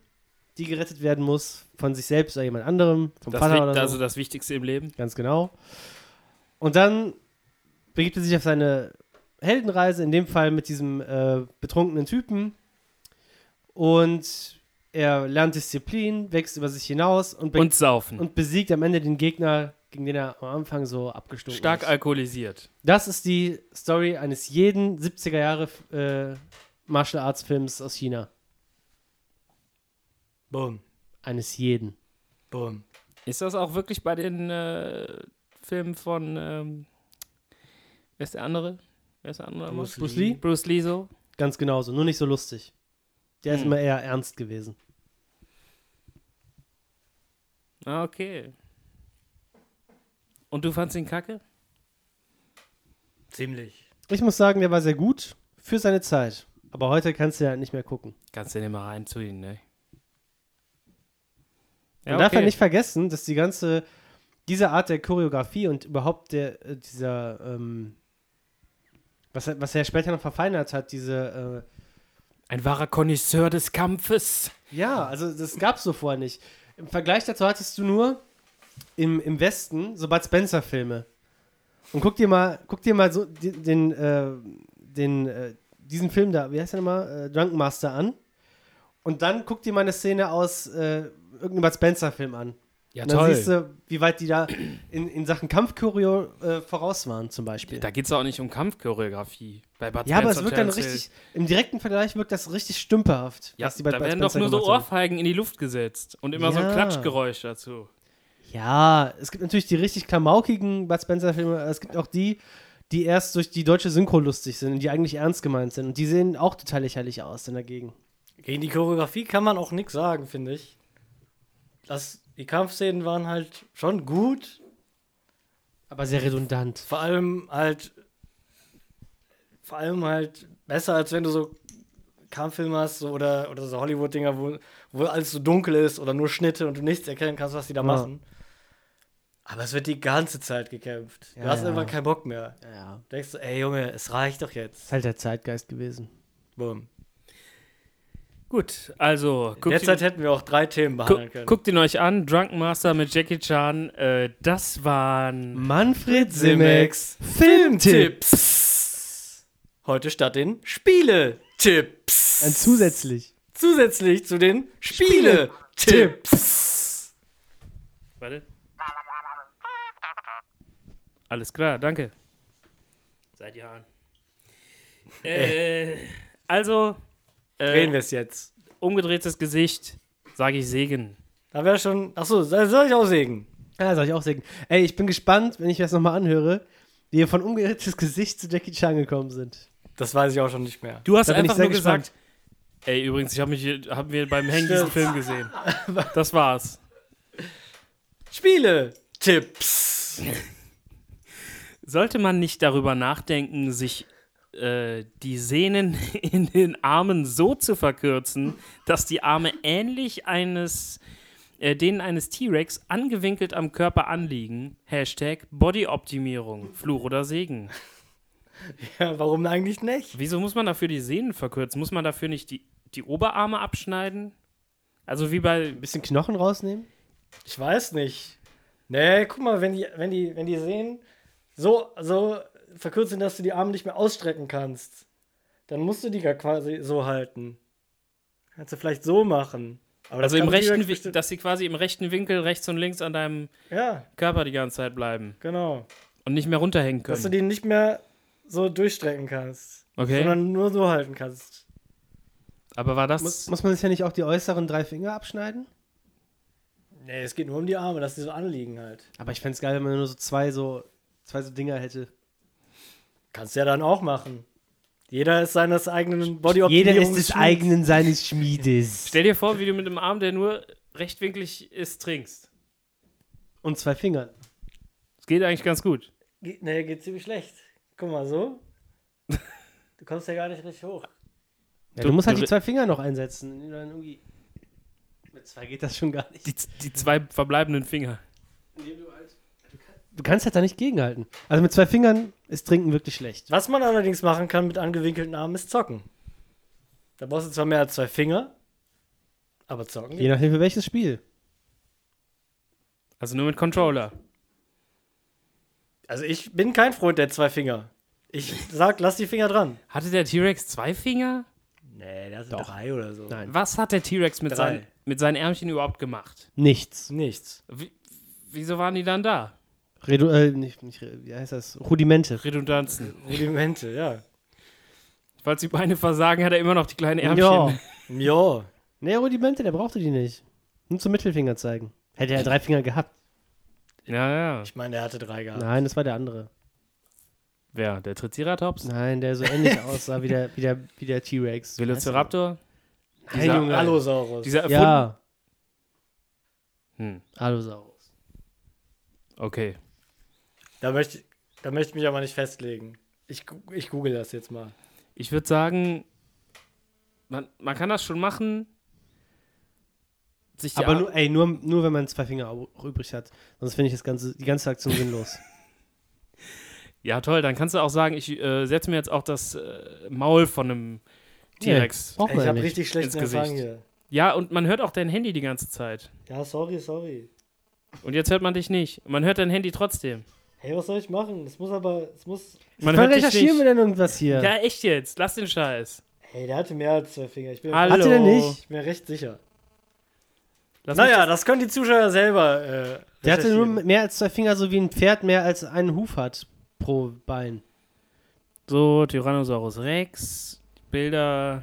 Speaker 4: die gerettet werden muss, von sich selbst oder jemand anderem, vom
Speaker 3: das
Speaker 4: Vater
Speaker 3: wi-
Speaker 4: oder so.
Speaker 3: Also das Wichtigste im Leben.
Speaker 4: Ganz genau. Und dann begibt er sich auf seine Heldenreise, in dem Fall mit diesem äh, betrunkenen Typen. Und er lernt Disziplin, wächst über sich hinaus und, be
Speaker 3: Und saufen.
Speaker 4: und besiegt am Ende den Gegner, gegen den er am Anfang so abgestunken
Speaker 3: Stark
Speaker 4: ist.
Speaker 3: alkoholisiert.
Speaker 4: Das ist die Story eines jeden 70er Jahre äh, Martial Arts Films aus China.
Speaker 2: Boom.
Speaker 4: Eines jeden.
Speaker 2: Boom.
Speaker 3: Ist das auch wirklich bei den äh, Filmen von ähm, wer ist der andere? Wer ist der andere?
Speaker 2: Bruce
Speaker 4: Bruce Lee? Lee?
Speaker 3: Bruce Lee so?
Speaker 4: Ganz genauso, nur nicht so lustig. Der ist
Speaker 3: Hm.
Speaker 4: immer eher ernst gewesen.
Speaker 3: Ah, okay. Und du fandst ihn kacke?
Speaker 2: Ziemlich.
Speaker 4: Ich muss sagen, der war sehr gut für seine Zeit. Aber heute kannst du ja nicht mehr gucken.
Speaker 3: Kannst du den mal rein zu ihm, ne?
Speaker 4: Man darf ja nicht vergessen, dass die ganze, diese Art der Choreografie und überhaupt der, äh, dieser, ähm, was, er- was er später noch verfeinert hat, diese,
Speaker 3: Ein wahrer Connoisseur des Kampfes.
Speaker 4: äh, ja, also das gab es so vorher nicht. Im Vergleich dazu hattest du nur im, im Westen so Bud Spencer-Filme. Und guck dir mal, guck dir mal so di- den, äh, den, äh, diesen Film da, wie heißt der nochmal? Äh, Drunken Master an. Und dann guck dir mal eine Szene aus äh, irgendeinem Bud Spencer-Film an.
Speaker 3: Ja,
Speaker 4: Und dann siehst du, wie weit die da in, in Sachen Kampfchoreo äh, voraus waren, zum Beispiel.
Speaker 3: Da geht's auch nicht um Kampfchoreografie. Bei Bud
Speaker 4: ja, aber es
Speaker 3: Spencer
Speaker 4: wirkt dann
Speaker 3: Chance-
Speaker 4: richtig, im direkten Vergleich wirkt das richtig stümperhaft,
Speaker 3: Ja,
Speaker 4: was die bei
Speaker 3: da
Speaker 4: Bud
Speaker 3: werden doch
Speaker 4: Spencer
Speaker 3: nur so
Speaker 4: gemacht haben.
Speaker 3: Ohrfeigen in die Luft gesetzt und immer so ein
Speaker 4: Ja.
Speaker 3: Klatschgeräusch dazu.
Speaker 4: Ja, es gibt natürlich die richtig klamaukigen Bud Spencer-Filme, aber es gibt auch die, die erst durch die deutsche Synchro lustig sind und die eigentlich ernst gemeint sind. Und die sehen auch total lächerlich aus, dann dagegen.
Speaker 2: Gegen die Choreografie kann man auch nichts sagen, finde ich. Das, die Kampfszenen waren halt schon gut,
Speaker 4: Aber sehr redundant.
Speaker 2: vor allem halt vor allem halt besser als wenn du so Kampffilme hast so, oder, oder so Hollywood-Dinger, wo, wo alles so dunkel ist oder nur Schnitte und du nichts erkennen kannst, was die da
Speaker 4: Ja.
Speaker 2: machen. Aber es wird die ganze Zeit gekämpft. Du
Speaker 4: Ja,
Speaker 2: hast
Speaker 4: ja.
Speaker 2: irgendwann keinen Bock mehr.
Speaker 4: Ja,
Speaker 2: Denkst du, ey Junge, es reicht doch jetzt.
Speaker 4: ist halt der Zeitgeist gewesen.
Speaker 2: Boom.
Speaker 3: Gut, also guckt,
Speaker 2: Derzeit
Speaker 3: ihn,
Speaker 2: halt hätten wir auch drei Themen behandeln
Speaker 3: gu
Speaker 2: können.
Speaker 3: guckt ihn euch an. Drunken Master mit Jackie Chan. Äh, das waren
Speaker 4: Manfred Simex, Filmtipp.
Speaker 2: Filmtipps. Heute statt den Spieletipps.
Speaker 4: Ein zusätzlich.
Speaker 2: zusätzlich zu den Spieletipps.
Speaker 3: Warte. Alles klar, danke. Seit Jahren. Äh, also,
Speaker 2: Drehen
Speaker 3: äh,
Speaker 2: wir es jetzt.
Speaker 3: umgedrehtes Gesicht, sage ich Segen.
Speaker 2: Da wäre schon. Achso, soll soll ich auch sägen?
Speaker 4: Ja, soll ich auch singen. Ey, ich bin gespannt, wenn ich mir das nochmal anhöre, wie wir von umgedrehtes Gesicht zu Jackie Chan gekommen sind.
Speaker 2: das weiß ich auch schon nicht mehr.
Speaker 3: Du hast
Speaker 4: Da bin ich
Speaker 3: einfach
Speaker 4: sehr
Speaker 3: nur gesagt, ey, übrigens, ich habe mich hier- hab mir beim Hängen diesen Film gesehen. Das war's.
Speaker 2: Spiele! Tipps!
Speaker 3: Sollte man nicht darüber nachdenken, sich äh, die Sehnen in den Armen so zu verkürzen, dass die Arme ähnlich eines äh, denen eines T-Rex angewinkelt am Körper anliegen? Hashtag Bodyoptimierung, Fluch oder Segen.
Speaker 2: Ja, warum eigentlich nicht?
Speaker 3: Wieso muss man dafür die Sehnen verkürzen? Muss man dafür nicht die, die Oberarme abschneiden? Also wie bei,
Speaker 4: Ein bisschen Knochen rausnehmen?
Speaker 2: Ich weiß nicht. Nee, guck mal, wenn die, wenn die, wenn die sehen, so, so verkürzt sind, dass du die Arme nicht mehr ausstrecken kannst, dann musst du die gar quasi so halten. Kannst du vielleicht so machen. Aber das
Speaker 3: Also im
Speaker 2: kann T-Rex
Speaker 3: rechten, Wi-
Speaker 2: bestimmt-
Speaker 3: dass sie quasi im rechten Winkel rechts und links an deinem
Speaker 2: Ja,
Speaker 3: Körper die ganze Zeit bleiben
Speaker 2: genau.
Speaker 3: und nicht mehr runterhängen
Speaker 2: Dass du
Speaker 3: können.
Speaker 2: die nicht mehr so durchstrecken kannst.
Speaker 3: Okay.
Speaker 2: Sondern nur so halten kannst.
Speaker 3: Aber war
Speaker 4: Muss,
Speaker 3: das
Speaker 4: muss man sich ja nicht auch die äußeren drei Finger abschneiden?
Speaker 2: Nee, es geht nur um die Arme, dass die so anliegen halt.
Speaker 4: Aber ich fände es geil, wenn man nur so zwei so, zwei so Dinger hätte.
Speaker 2: Kannst du ja dann auch machen. Jeder ist seines eigenen body
Speaker 4: Jeder ist des eigenen seines Schmiedes.
Speaker 3: Stell dir vor, wie du mit dem Arm, der nur rechtwinklig ist, trinkst.
Speaker 4: Und zwei Fingern.
Speaker 3: Das geht eigentlich ganz gut.
Speaker 2: Ge nee, geht ziemlich schlecht. Guck mal, so. Du kommst ja gar nicht richtig hoch.
Speaker 4: Ja,
Speaker 3: Du-
Speaker 4: du, musst halt
Speaker 3: du-
Speaker 4: die zwei Finger noch einsetzen. Wenn du dann irgendwie- Mit zwei geht das schon gar nicht.
Speaker 3: Die, die zwei verbleibenden Finger.
Speaker 4: Du kannst halt da nicht gegenhalten. Also mit zwei Fingern ist Trinken wirklich schlecht.
Speaker 2: Was man allerdings machen kann mit angewinkelten Armen ist zocken. Da brauchst du zwar mehr als zwei Finger, aber zocken.
Speaker 4: Je
Speaker 2: geht.
Speaker 4: nachdem für welches Spiel.
Speaker 3: Also nur mit Controller.
Speaker 2: Also ich bin kein Freund der zwei Finger. Ich sag, lass die Finger dran.
Speaker 3: Hatte der T-Rex zwei Finger?
Speaker 2: Nee, das ist drei oder so.
Speaker 4: Nein.
Speaker 3: Was hat der T-Rex mit,
Speaker 2: Drei.
Speaker 3: seinen- mit seinen Ärmchen überhaupt gemacht?
Speaker 4: Nichts.
Speaker 2: Nichts.
Speaker 3: Wie, wieso waren die dann da?
Speaker 4: Redu äh, nicht, nicht, Re- wie heißt das? Rudimente.
Speaker 3: Redundanzen.
Speaker 2: Rudimente, ja.
Speaker 3: Falls die Beine versagen, hat er immer noch die kleinen Ärmchen.
Speaker 4: Ja.
Speaker 2: Jo.
Speaker 4: Nee, Rudimente, der brauchte die nicht. Nur zum Mittelfinger zeigen. Hätte er drei Finger gehabt.
Speaker 3: Ja, ja.
Speaker 2: Ich meine, der hatte drei gehabt.
Speaker 4: Nein, das war der andere.
Speaker 3: Wer? Der Triceratops?
Speaker 4: Nein, der so ähnlich aussah wie der, wie der, wie der T-Rex.
Speaker 3: Velociraptor?
Speaker 4: Nein,
Speaker 3: dieser-
Speaker 4: Junge.
Speaker 2: Allosaurus.
Speaker 3: Dieser erfunden.
Speaker 4: ja,
Speaker 3: Hm,
Speaker 4: Allosaurus.
Speaker 3: okay.
Speaker 2: Da möchte, ich- da möchte ich mich aber nicht festlegen. Ich, gu- ich google das jetzt mal.
Speaker 3: Ich würde sagen, man, man kann das schon machen. Sich die
Speaker 4: Aber
Speaker 3: Ar-
Speaker 4: nur, ey, nur, nur wenn man zwei Finger auch übrig hat. Sonst finde ich das ganze, die ganze Aktion sinnlos.
Speaker 3: ja, toll, dann kannst du auch sagen, ich äh, setze mir jetzt auch das äh, Maul von einem T-Rex.
Speaker 4: Ja, braucht
Speaker 2: Ey, ich
Speaker 4: man ja
Speaker 2: habe
Speaker 4: nicht.
Speaker 2: richtig schlechten
Speaker 3: Ins
Speaker 2: Empfang
Speaker 3: Gesicht.
Speaker 2: hier.
Speaker 3: Ja, und man hört auch dein Handy die ganze Zeit.
Speaker 2: Ja, sorry, sorry.
Speaker 3: Und jetzt hört man dich nicht. Und Man hört dein Handy trotzdem.
Speaker 2: Hey, was soll ich machen? Es muss aber, es muss.
Speaker 3: Man
Speaker 4: Wann
Speaker 3: hört dich
Speaker 4: recherchieren wir
Speaker 3: nicht.
Speaker 4: denn irgendwas hier?
Speaker 3: Ja, echt jetzt. Lass den Scheiß.
Speaker 2: Hey, der hatte mehr als zwei Finger. Ich bin,
Speaker 3: Hallo.
Speaker 4: Hat er denn nicht?
Speaker 2: ich bin mir recht sicher.
Speaker 3: Lass mich-
Speaker 2: naja, das können die Zuschauer selber. Äh,
Speaker 4: Der hatte nur
Speaker 2: recherchieren.
Speaker 4: mehr als zwei Finger, so wie ein Pferd mehr als einen Huf hat pro Bein.
Speaker 3: So, Tyrannosaurus Rex. Bilder.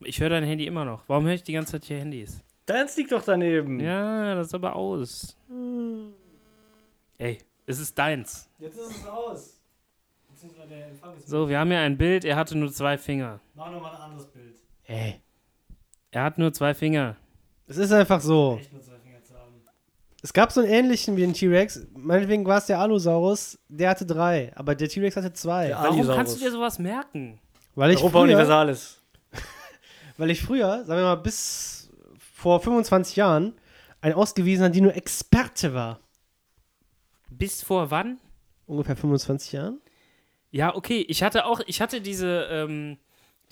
Speaker 3: Ich höre dein Handy immer noch. Warum höre ich die ganze Zeit hier Handys?
Speaker 2: Deins liegt doch daneben.
Speaker 3: Ja, das ist aber aus. Ey, es ist deins.
Speaker 2: Jetzt ist es aus. Beziehungsweise der Empfang ist.
Speaker 3: So, wir haben hier ein Bild. Er hatte nur zwei Finger.
Speaker 2: Mach nochmal ein anderes Bild.
Speaker 4: Ey.
Speaker 3: Er hat nur zwei Finger.
Speaker 4: Es ist einfach so.
Speaker 2: nur zwei Finger zu haben.
Speaker 4: Es gab so einen ähnlichen wie den T-Rex. Meinetwegen war es der Allosaurus, der hatte drei, aber der T-Rex hatte zwei.
Speaker 2: Ja.
Speaker 3: Warum
Speaker 2: Allisaurus.
Speaker 3: kannst du dir sowas merken?
Speaker 4: Weil ich,
Speaker 2: Europa
Speaker 4: früher,
Speaker 2: Universalis.
Speaker 4: weil ich früher, sagen wir mal, bis vor 25 Jahren ein ausgewiesener Dino-Experte war.
Speaker 3: Bis vor wann?
Speaker 4: Ungefähr 25 Jahren.
Speaker 3: Ja, okay. Ich hatte auch, ich hatte diese, ähm,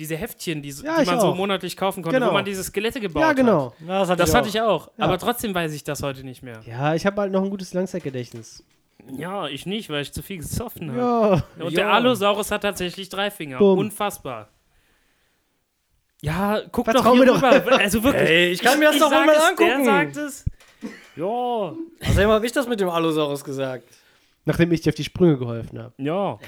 Speaker 3: diese Heftchen, die, so-
Speaker 4: Ja,
Speaker 3: die
Speaker 4: ich
Speaker 3: man so
Speaker 4: auch.
Speaker 3: monatlich kaufen konnte,
Speaker 4: Genau.
Speaker 3: wo man diese Skelette gebaut
Speaker 4: Ja,
Speaker 3: hat.
Speaker 4: genau.
Speaker 2: Na, das hatte
Speaker 3: Das
Speaker 2: ich
Speaker 3: hatte
Speaker 2: auch.
Speaker 3: ich auch.
Speaker 4: Ja.
Speaker 3: Aber trotzdem weiß ich das heute nicht mehr.
Speaker 4: Ja, ich habe halt noch ein gutes Langzeitgedächtnis.
Speaker 3: Ja, ich nicht, weil ich zu viel gesoffen habe.
Speaker 4: Ja.
Speaker 3: Und der
Speaker 2: Ja.
Speaker 3: Allosaurus hat tatsächlich drei Finger.
Speaker 4: Bumm.
Speaker 3: Unfassbar. Ja, guck
Speaker 4: Vertrau
Speaker 3: doch hier
Speaker 4: mir doch.
Speaker 3: rüber. Also wirklich.
Speaker 2: Ey, ich kann mir das
Speaker 3: ich
Speaker 2: doch
Speaker 3: sag
Speaker 2: mal
Speaker 3: es, Der
Speaker 2: angucken.
Speaker 3: sagt es. Ja.
Speaker 2: Außerdem habe Also, ich das mit dem Allosaurus gesagt.
Speaker 4: Nachdem ich dir auf die Sprünge geholfen habe.
Speaker 3: Ja.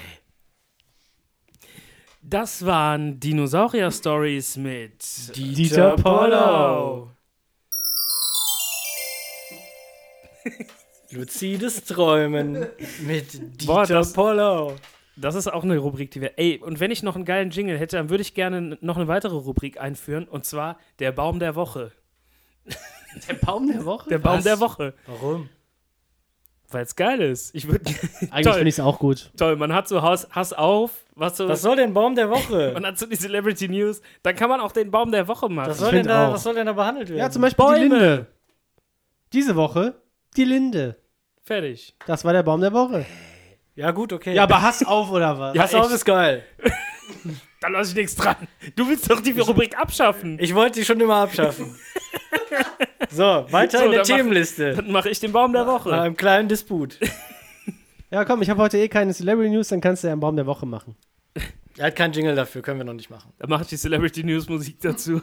Speaker 3: Das waren Dinosaurier-Stories mit
Speaker 4: Dieter Pollau.
Speaker 2: Luzides Träumen mit
Speaker 3: Boah,
Speaker 2: Dieter
Speaker 3: das-
Speaker 2: Pollau.
Speaker 3: Das ist auch eine Rubrik, die wir. Ey, und wenn ich noch einen geilen Jingle hätte, dann würde ich gerne noch eine weitere Rubrik einführen. Und zwar der Baum der Woche.
Speaker 4: Der Baum der Woche?
Speaker 3: Der Baum
Speaker 2: Was?
Speaker 3: der Woche.
Speaker 2: Warum?
Speaker 3: Weil es geil ist. Ich würde.
Speaker 4: Eigentlich
Speaker 3: toll,
Speaker 4: finde ich es auch gut.
Speaker 3: toll. Man hat so Hass, Hass auf. Was so,
Speaker 2: Was soll denn Baum der Woche?
Speaker 3: man hat so die Celebrity News. Dann kann man auch den Baum der Woche machen.
Speaker 2: Was soll,
Speaker 4: find
Speaker 2: denn da,
Speaker 4: auch.
Speaker 2: was soll denn da behandelt werden?
Speaker 4: Ja, zum Beispiel die
Speaker 3: Bäume.
Speaker 4: Linde. Diese Woche die Linde.
Speaker 3: Fertig.
Speaker 4: Das war der Baum der Woche.
Speaker 2: ja gut, okay.
Speaker 4: Ja, aber Hass auf oder was?
Speaker 2: Pass auf,
Speaker 3: echt.
Speaker 2: ist geil.
Speaker 3: Da lasse ich nichts dran. Du willst doch die Rubrik abschaffen.
Speaker 2: Ich wollte sie schon immer abschaffen. so, weiter
Speaker 3: So,
Speaker 2: in der
Speaker 3: dann mach-
Speaker 2: Themenliste.
Speaker 3: Dann mache ich den Baum der
Speaker 2: Nach
Speaker 3: Woche.
Speaker 2: einem kleinen Disput.
Speaker 4: Ja, komm, ich habe heute eh keine Celebrity News, dann kannst du ja einen Baum der Woche machen.
Speaker 2: Er hat keinen Jingle dafür, können wir noch nicht machen.
Speaker 3: Dann mache ich die Celebrity News Musik dazu.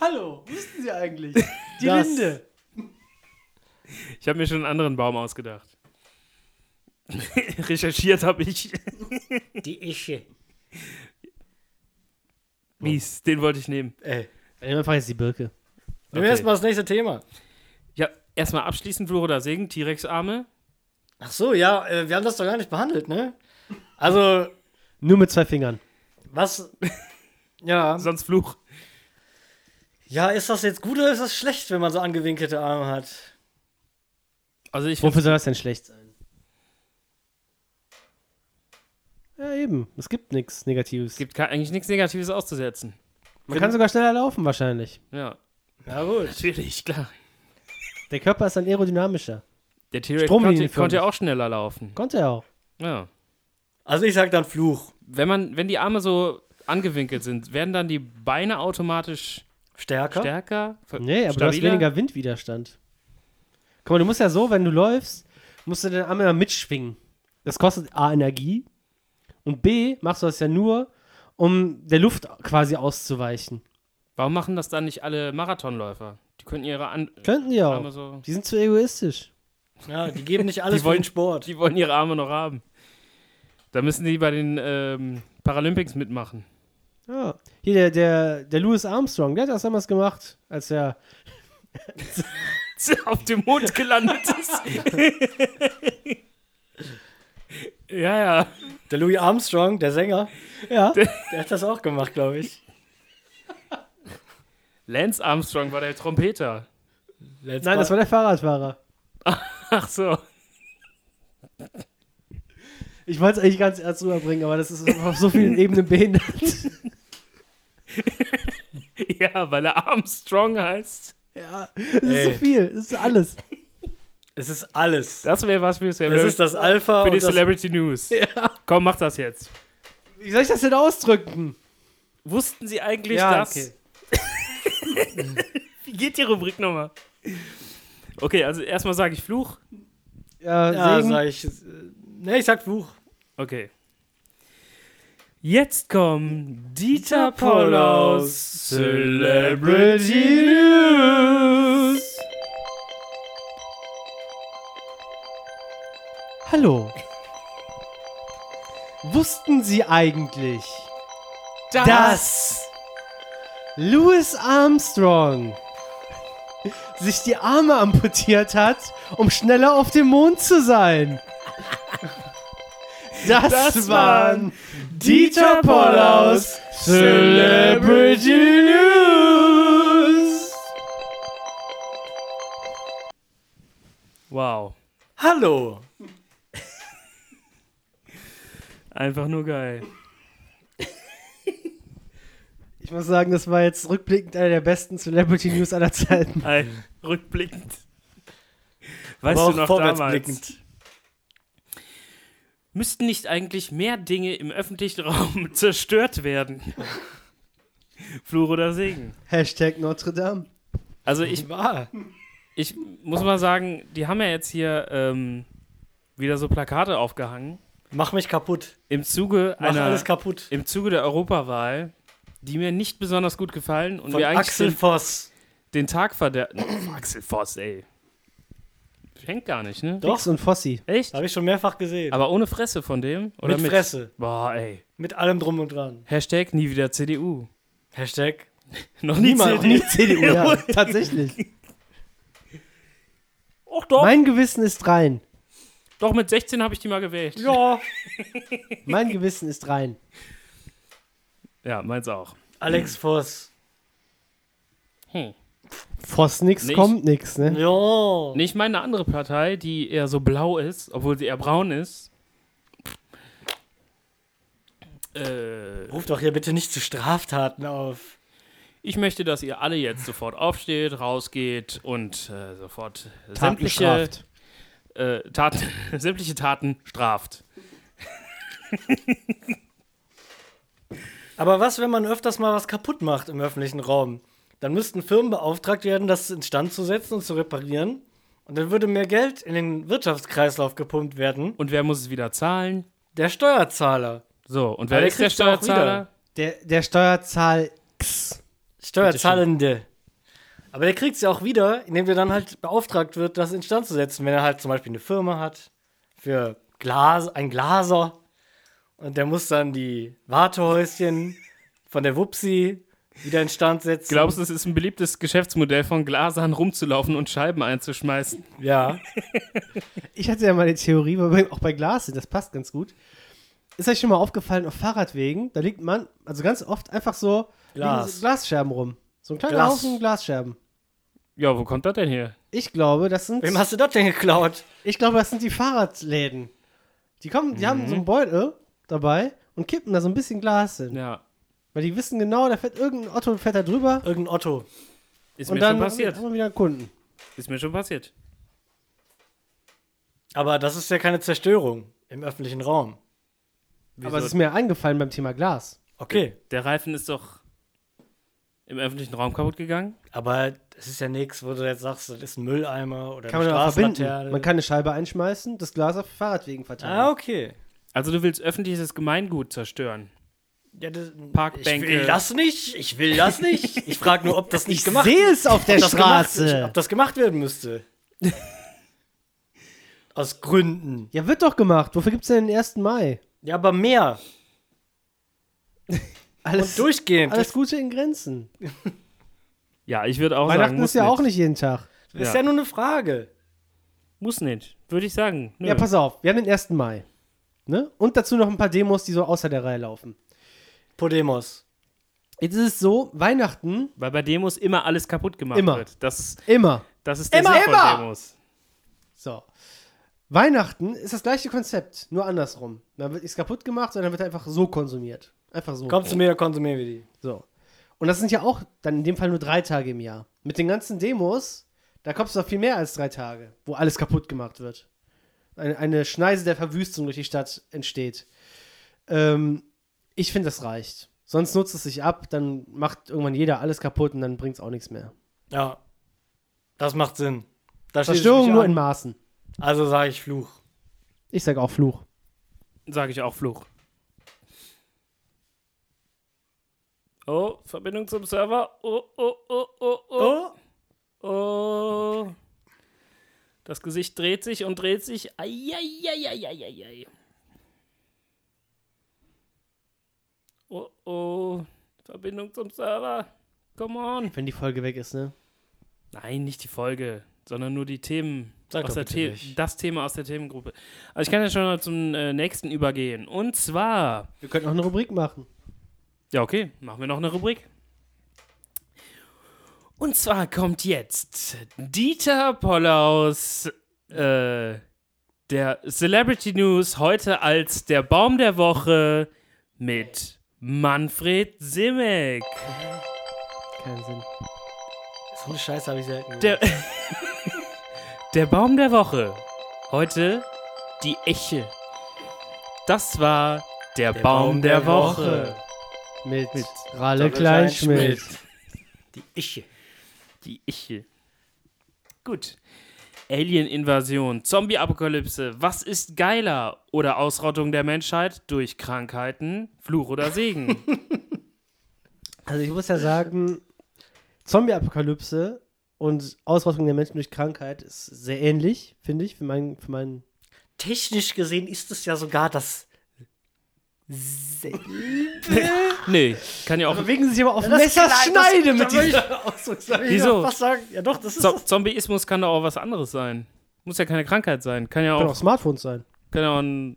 Speaker 4: Hallo, wussten Sie eigentlich? Die
Speaker 2: Das-
Speaker 4: Linde.
Speaker 3: Ich habe mir schon einen anderen Baum ausgedacht. Recherchiert habe ich.
Speaker 2: Die Ische.
Speaker 3: Mies, den wollte ich nehmen.
Speaker 2: Ey.
Speaker 4: Dann nehmen wir einfach jetzt die Birke.
Speaker 2: Nehmen wir erstmal das nächste Thema.
Speaker 3: Ja, erstmal abschließend Fluch oder Segen, T-Rex-Arme.
Speaker 2: Ach so, ja, äh, wir haben das doch gar nicht behandelt, ne? Also,
Speaker 4: Nur mit zwei Fingern.
Speaker 2: was. Ja.
Speaker 3: Sonst Fluch.
Speaker 2: Ja, ist das jetzt gut oder ist das schlecht, wenn man so angewinkelte Arme hat?
Speaker 3: Also ich
Speaker 4: Wofür soll das denn schlecht sein? Ja, eben. Es gibt nichts Negatives.
Speaker 3: gibt ka- eigentlich nichts Negatives auszusetzen.
Speaker 4: Man kann sogar schneller laufen wahrscheinlich.
Speaker 3: Ja,
Speaker 2: Ja, gut.
Speaker 3: natürlich, klar.
Speaker 4: Der Körper ist dann aerodynamischer.
Speaker 3: Der T-Rex konnte,
Speaker 4: Stromlinienförmig.
Speaker 3: konnte ja auch schneller laufen.
Speaker 4: Konnte er auch.
Speaker 3: Ja.
Speaker 2: Also, ich sag dann Fluch.
Speaker 3: Wenn man, wenn die Arme so angewinkelt sind, werden dann die Beine automatisch
Speaker 2: Stärker?
Speaker 3: stärker? ver-
Speaker 4: Nee, aber du hast
Speaker 3: Äh, stabiler?
Speaker 4: weniger Windwiderstand. Guck mal, du musst ja so, wenn du läufst, musst du den Arm immer mitschwingen. Das kostet A, Energie und B, machst du das ja nur, um der Luft quasi auszuweichen.
Speaker 3: Warum machen das dann nicht alle Marathonläufer? Die können ihre An
Speaker 4: Könnten die
Speaker 3: Arme
Speaker 4: auch.
Speaker 3: so.
Speaker 4: Die sind zu egoistisch.
Speaker 2: Ja, die geben nicht alles
Speaker 3: Die
Speaker 2: für
Speaker 3: wollen-
Speaker 2: den Sport.
Speaker 3: Die wollen ihre Arme noch haben. Da müssen die bei den ähm, Paralympics mitmachen.
Speaker 4: Ja. Hier, der, der, der Louis Armstrong, der hat das damals gemacht, als er
Speaker 3: auf dem Mond gelandet ist. ja, ja.
Speaker 2: Der Louis Armstrong, der Sänger,
Speaker 4: ja,
Speaker 2: der hat das auch gemacht, glaube ich.
Speaker 3: Lance Armstrong war der Trompeter.
Speaker 2: Let's
Speaker 4: Nein, das war der Fahrradfahrer.
Speaker 3: Ach so.
Speaker 4: Ich wollte es eigentlich ganz ernst rüberbringen, aber das ist auf so vielen Ebenen behindert.
Speaker 3: Ja, weil er Armstrong heißt.
Speaker 4: ja, das ist
Speaker 2: Ey.
Speaker 4: so viel, das ist alles.
Speaker 2: es ist alles.
Speaker 3: Das wäre was für,
Speaker 2: Es ist das Alpha
Speaker 3: für die
Speaker 2: und das
Speaker 3: Celebrity News. Komm, mach das jetzt.
Speaker 4: Wie soll ich das denn ausdrücken?
Speaker 3: Wussten Sie eigentlich das?
Speaker 4: okay.
Speaker 3: Wie geht die Rubrik nochmal? Okay, also erstmal sage ich Fluch.
Speaker 4: Ja,
Speaker 2: Ja,
Speaker 4: Segen.
Speaker 2: sag ich. äh, Ne, ich sag Fluch.
Speaker 3: Okay. Jetzt kommen Dieter Pollaus Celebrity News.
Speaker 4: Hallo. Wussten Sie eigentlich,
Speaker 3: Das,
Speaker 4: Louis Armstrong sich die Arme amputiert hat, um schneller auf dem Mond zu sein? Das,
Speaker 3: Das waren
Speaker 4: waren Dieter Pollaus Celebrity News.
Speaker 3: Wow.
Speaker 2: Hallo.
Speaker 3: Einfach nur geil.
Speaker 4: Ich muss sagen, das war jetzt rückblickend einer der besten Celebrity News aller Zeiten.
Speaker 3: Ei, rückblickend. Weißt
Speaker 2: Aber auch
Speaker 3: du noch damals?
Speaker 2: vorwärtsblickend.
Speaker 3: Müssten nicht eigentlich mehr Dinge im öffentlichen Raum zerstört werden? Fluch oder Segen?
Speaker 4: Hashtag Notre Dame.
Speaker 3: Also ich,
Speaker 2: Wahr.
Speaker 3: ich muss mal sagen, die haben ja jetzt hier ähm, wieder so Plakate aufgehangen.
Speaker 2: Mach mich kaputt.
Speaker 3: Im Zuge
Speaker 2: Mach
Speaker 3: einer,
Speaker 2: alles kaputt.
Speaker 3: im Zuge der Europawahl, die mir nicht besonders gut gefallen und
Speaker 2: Von
Speaker 3: mir eigentlich
Speaker 2: Axel
Speaker 3: den,
Speaker 2: Voss.
Speaker 3: den Tag verderben. Axel Voss, ey. Schenkt gar nicht, ne?
Speaker 2: Doch.
Speaker 4: Fix und Fossi.
Speaker 3: Echt?
Speaker 2: Habe ich schon mehrfach gesehen.
Speaker 3: Aber ohne Fresse von dem? Oder
Speaker 2: mit,
Speaker 3: mit,
Speaker 2: Fresse.
Speaker 3: Boah, ey.
Speaker 2: Mit allem drum und dran.
Speaker 3: Hashtag nie wieder CDU.
Speaker 2: Hashtag.
Speaker 3: Noch nie
Speaker 4: Niemand,
Speaker 3: CDU.
Speaker 4: nie CDU, ja, tatsächlich.
Speaker 3: Och doch,
Speaker 4: Mein Gewissen ist rein.
Speaker 3: doch mit 16 habe ich die mal gewählt.
Speaker 2: Ja.
Speaker 4: Mein Gewissen ist rein.
Speaker 3: Ja, meins auch.
Speaker 2: Alex Voss.
Speaker 3: Hm.
Speaker 4: Voss nix,
Speaker 3: Nicht.
Speaker 4: kommt nix, ne?
Speaker 2: Ja.
Speaker 3: Nee, ich meine eine andere Partei, die eher so blau ist, obwohl sie eher braun ist. Äh,
Speaker 2: Ruf doch hier bitte nicht zu Straftaten auf.
Speaker 3: ich möchte, dass ihr alle jetzt sofort aufsteht, rausgeht und äh, sofort sämtliche
Speaker 4: Tatenstraft.
Speaker 3: äh, Taten, sämtliche Taten straft.
Speaker 2: Aber was, wenn man öfters mal was kaputt macht im öffentlichen Raum? Dann müssten Firmen beauftragt werden, das instand zu setzen und zu reparieren. Und dann würde mehr Geld in den Wirtschaftskreislauf gepumpt werden.
Speaker 3: Und wer muss es wieder zahlen?
Speaker 2: Der Steuerzahler.
Speaker 3: So, und wer
Speaker 2: Aber
Speaker 3: ist der
Speaker 2: kriegst du auch
Speaker 3: Steuerzahler?
Speaker 4: Der, der Steuerzahl X.
Speaker 2: Steuerzahlende. Aber der kriegt es ja auch wieder, indem der dann halt beauftragt wird, das instand zu setzen, wenn er halt zum Beispiel eine Firma hat für Glas, ein Glaser und der muss dann die Wartehäuschen von der Wupsi wieder instand setzen.
Speaker 3: Glaubst du, es ist ein beliebtes Geschäftsmodell von Glasern rumzulaufen und Scheiben einzuschmeißen?
Speaker 2: Ja.
Speaker 4: Ich hatte ja mal die Theorie, weil bei- auch bei Glas, das passt ganz gut. Ist euch schon mal aufgefallen, auf Fahrradwegen, da liegt man, also ganz oft einfach so,
Speaker 2: Glas.
Speaker 4: liegen so Glasscherben rum. So ein kleiner
Speaker 2: Glas.
Speaker 4: Haufen Glasscherben.
Speaker 3: Ja, wo kommt das denn her?
Speaker 4: Ich glaube, das sind,
Speaker 2: Wem hast du das denn geklaut?
Speaker 4: ich glaube, das sind die Fahrradläden. Die kommen, die haben so einen Beutel dabei und kippen da so ein bisschen Glas hin.
Speaker 3: Mhm. Ja,
Speaker 4: Weil die wissen genau, da fährt irgendein Otto fährt da drüber
Speaker 2: Irgendein Otto.
Speaker 3: ist
Speaker 4: und
Speaker 3: mir
Speaker 4: dann
Speaker 3: schon passiert.
Speaker 4: haben wir wieder einen Kunden.
Speaker 3: Ist mir schon passiert.
Speaker 2: Aber das ist ja keine Zerstörung im öffentlichen Raum.
Speaker 4: Aber es ist mir eingefallen beim Thema Glas.
Speaker 2: Okay.
Speaker 3: Der Reifen ist doch im öffentlichen Raum kaputt gegangen.
Speaker 2: Aber es ist ja nichts, wo du jetzt sagst, das ist ein Mülleimer oder
Speaker 4: Kann
Speaker 2: eine
Speaker 4: man aber verbinden.
Speaker 2: Straßenlaterne.
Speaker 4: Man kann eine Scheibe einschmeißen, das Glas auf Fahrradwegen verteilen.
Speaker 2: ah, okay.
Speaker 3: Also du willst öffentliches Gemeingut zerstören.
Speaker 2: Ja, das,
Speaker 3: Parkbänke.
Speaker 2: Ich will das nicht. Ich will das nicht. Ich frage nur, ob das nicht
Speaker 4: Ich
Speaker 2: gemacht
Speaker 4: sehe es auf der
Speaker 2: ob das
Speaker 4: Straße.
Speaker 2: Gemacht, ob das gemacht werden müsste. Aus Gründen.
Speaker 4: ja, wird doch gemacht. Wofür gibt es denn den 1. Mai?
Speaker 2: Ja, aber mehr.
Speaker 4: Alles,
Speaker 2: Und durchgehend.
Speaker 4: alles Gute in Grenzen.
Speaker 3: Ja, ich würde auch sagen,
Speaker 4: Weihnachten
Speaker 3: muss
Speaker 4: ist ja
Speaker 3: nicht.
Speaker 4: auch nicht jeden Tag.
Speaker 2: Das ist
Speaker 3: Ja.
Speaker 2: ja nur eine Frage.
Speaker 3: Muss nicht, würde ich sagen. Nö.
Speaker 4: Ja, pass auf. Wir haben den 1. Mai. Ne? Und dazu noch ein paar Demos, die so außer der Reihe laufen.
Speaker 2: Podemos.
Speaker 4: Jetzt ist es so, Weihnachten
Speaker 3: Weil bei Demos immer alles kaputt gemacht
Speaker 4: Immer.
Speaker 3: wird. Das ist,
Speaker 4: immer.
Speaker 3: das ist der
Speaker 4: Immer,
Speaker 3: Sinn
Speaker 4: immer!
Speaker 3: von Demos.
Speaker 4: So. Weihnachten ist das gleiche Konzept, nur andersrum. Dann wird nichts kaputt gemacht, sondern wird einfach so konsumiert. Einfach so.
Speaker 2: Komm zu mir, konsumier wir die.
Speaker 4: So. Und das sind ja auch dann in dem Fall nur drei Tage im Jahr. Mit den ganzen Demos, da kommst du auf viel mehr als drei Tage, wo alles kaputt gemacht wird. Eine, eine Schneise der Verwüstung durch die Stadt entsteht. Ähm, ich finde, das reicht. Sonst nutzt es sich ab, dann macht irgendwann jeder alles kaputt und dann bringt es auch nichts mehr.
Speaker 2: Ja. Das macht Sinn. Da schließe ich
Speaker 4: Zerstörung
Speaker 2: mich
Speaker 4: nur
Speaker 2: an.
Speaker 4: in Maßen.
Speaker 2: Also sage ich Fluch.
Speaker 4: Ich sage auch Fluch.
Speaker 3: Sage ich auch Fluch. Oh, Verbindung zum Server. Oh, oh, oh, oh, oh.
Speaker 2: Oh.
Speaker 3: Oh. Das Gesicht dreht sich und dreht sich. Eieieiei. Oh oh. Verbindung zum Server. Come on.
Speaker 4: Wenn die Folge weg ist, ne?
Speaker 3: Nein, nicht die Folge, sondern nur die Themen.
Speaker 2: Sag
Speaker 3: aus
Speaker 2: doch
Speaker 3: der
Speaker 2: bitte
Speaker 3: The
Speaker 2: nicht.
Speaker 3: das Thema aus der Themengruppe. Also ich kann ja schon mal zum äh, nächsten übergehen. Und zwar.
Speaker 4: Wir könnten auch eine Rubrik machen.
Speaker 3: Ja, okay. Machen wir noch eine Rubrik. Und zwar kommt jetzt Dieter Pollaus, äh, der Celebrity News heute als der Baum der Woche mit Manfred Simek.
Speaker 4: Keinen Sinn.
Speaker 2: So eine Scheiße habe ich selten gehört.
Speaker 3: Der, der Baum der Woche. Heute die Eche. Das war der, Baum, der, Woche.
Speaker 4: Mit, Ralle
Speaker 2: Doppel
Speaker 4: Kleinschmidt.
Speaker 2: Die Ische.
Speaker 3: Die Iche. Gut. Alien-Invasion, Zombie-Apokalypse, was ist geiler? Oder Ausrottung der Menschheit durch Krankheiten, Fluch oder Segen?
Speaker 4: Also ich muss ja sagen, Zombie-Apokalypse und Ausrottung der Menschen durch Krankheit ist sehr ähnlich, finde ich, für meinen, für meinen.
Speaker 2: Technisch gesehen ist es ja sogar das
Speaker 3: nee, kann ja auch.
Speaker 4: Bewegen sich aber auf
Speaker 2: Das Kleid- das- da
Speaker 4: dieser.
Speaker 2: wollte ich-
Speaker 4: Ausdrucksweise.
Speaker 2: Ich
Speaker 3: Wieso?
Speaker 2: wollte fast sagen, ja doch, das ist
Speaker 3: Zo
Speaker 2: das.
Speaker 3: Zombieismus kann doch auch was anderes sein. Muss ja keine Krankheit sein. Kann ja
Speaker 4: Kann
Speaker 3: auch,
Speaker 4: auch Smartphones sein.
Speaker 3: kann ja auch ein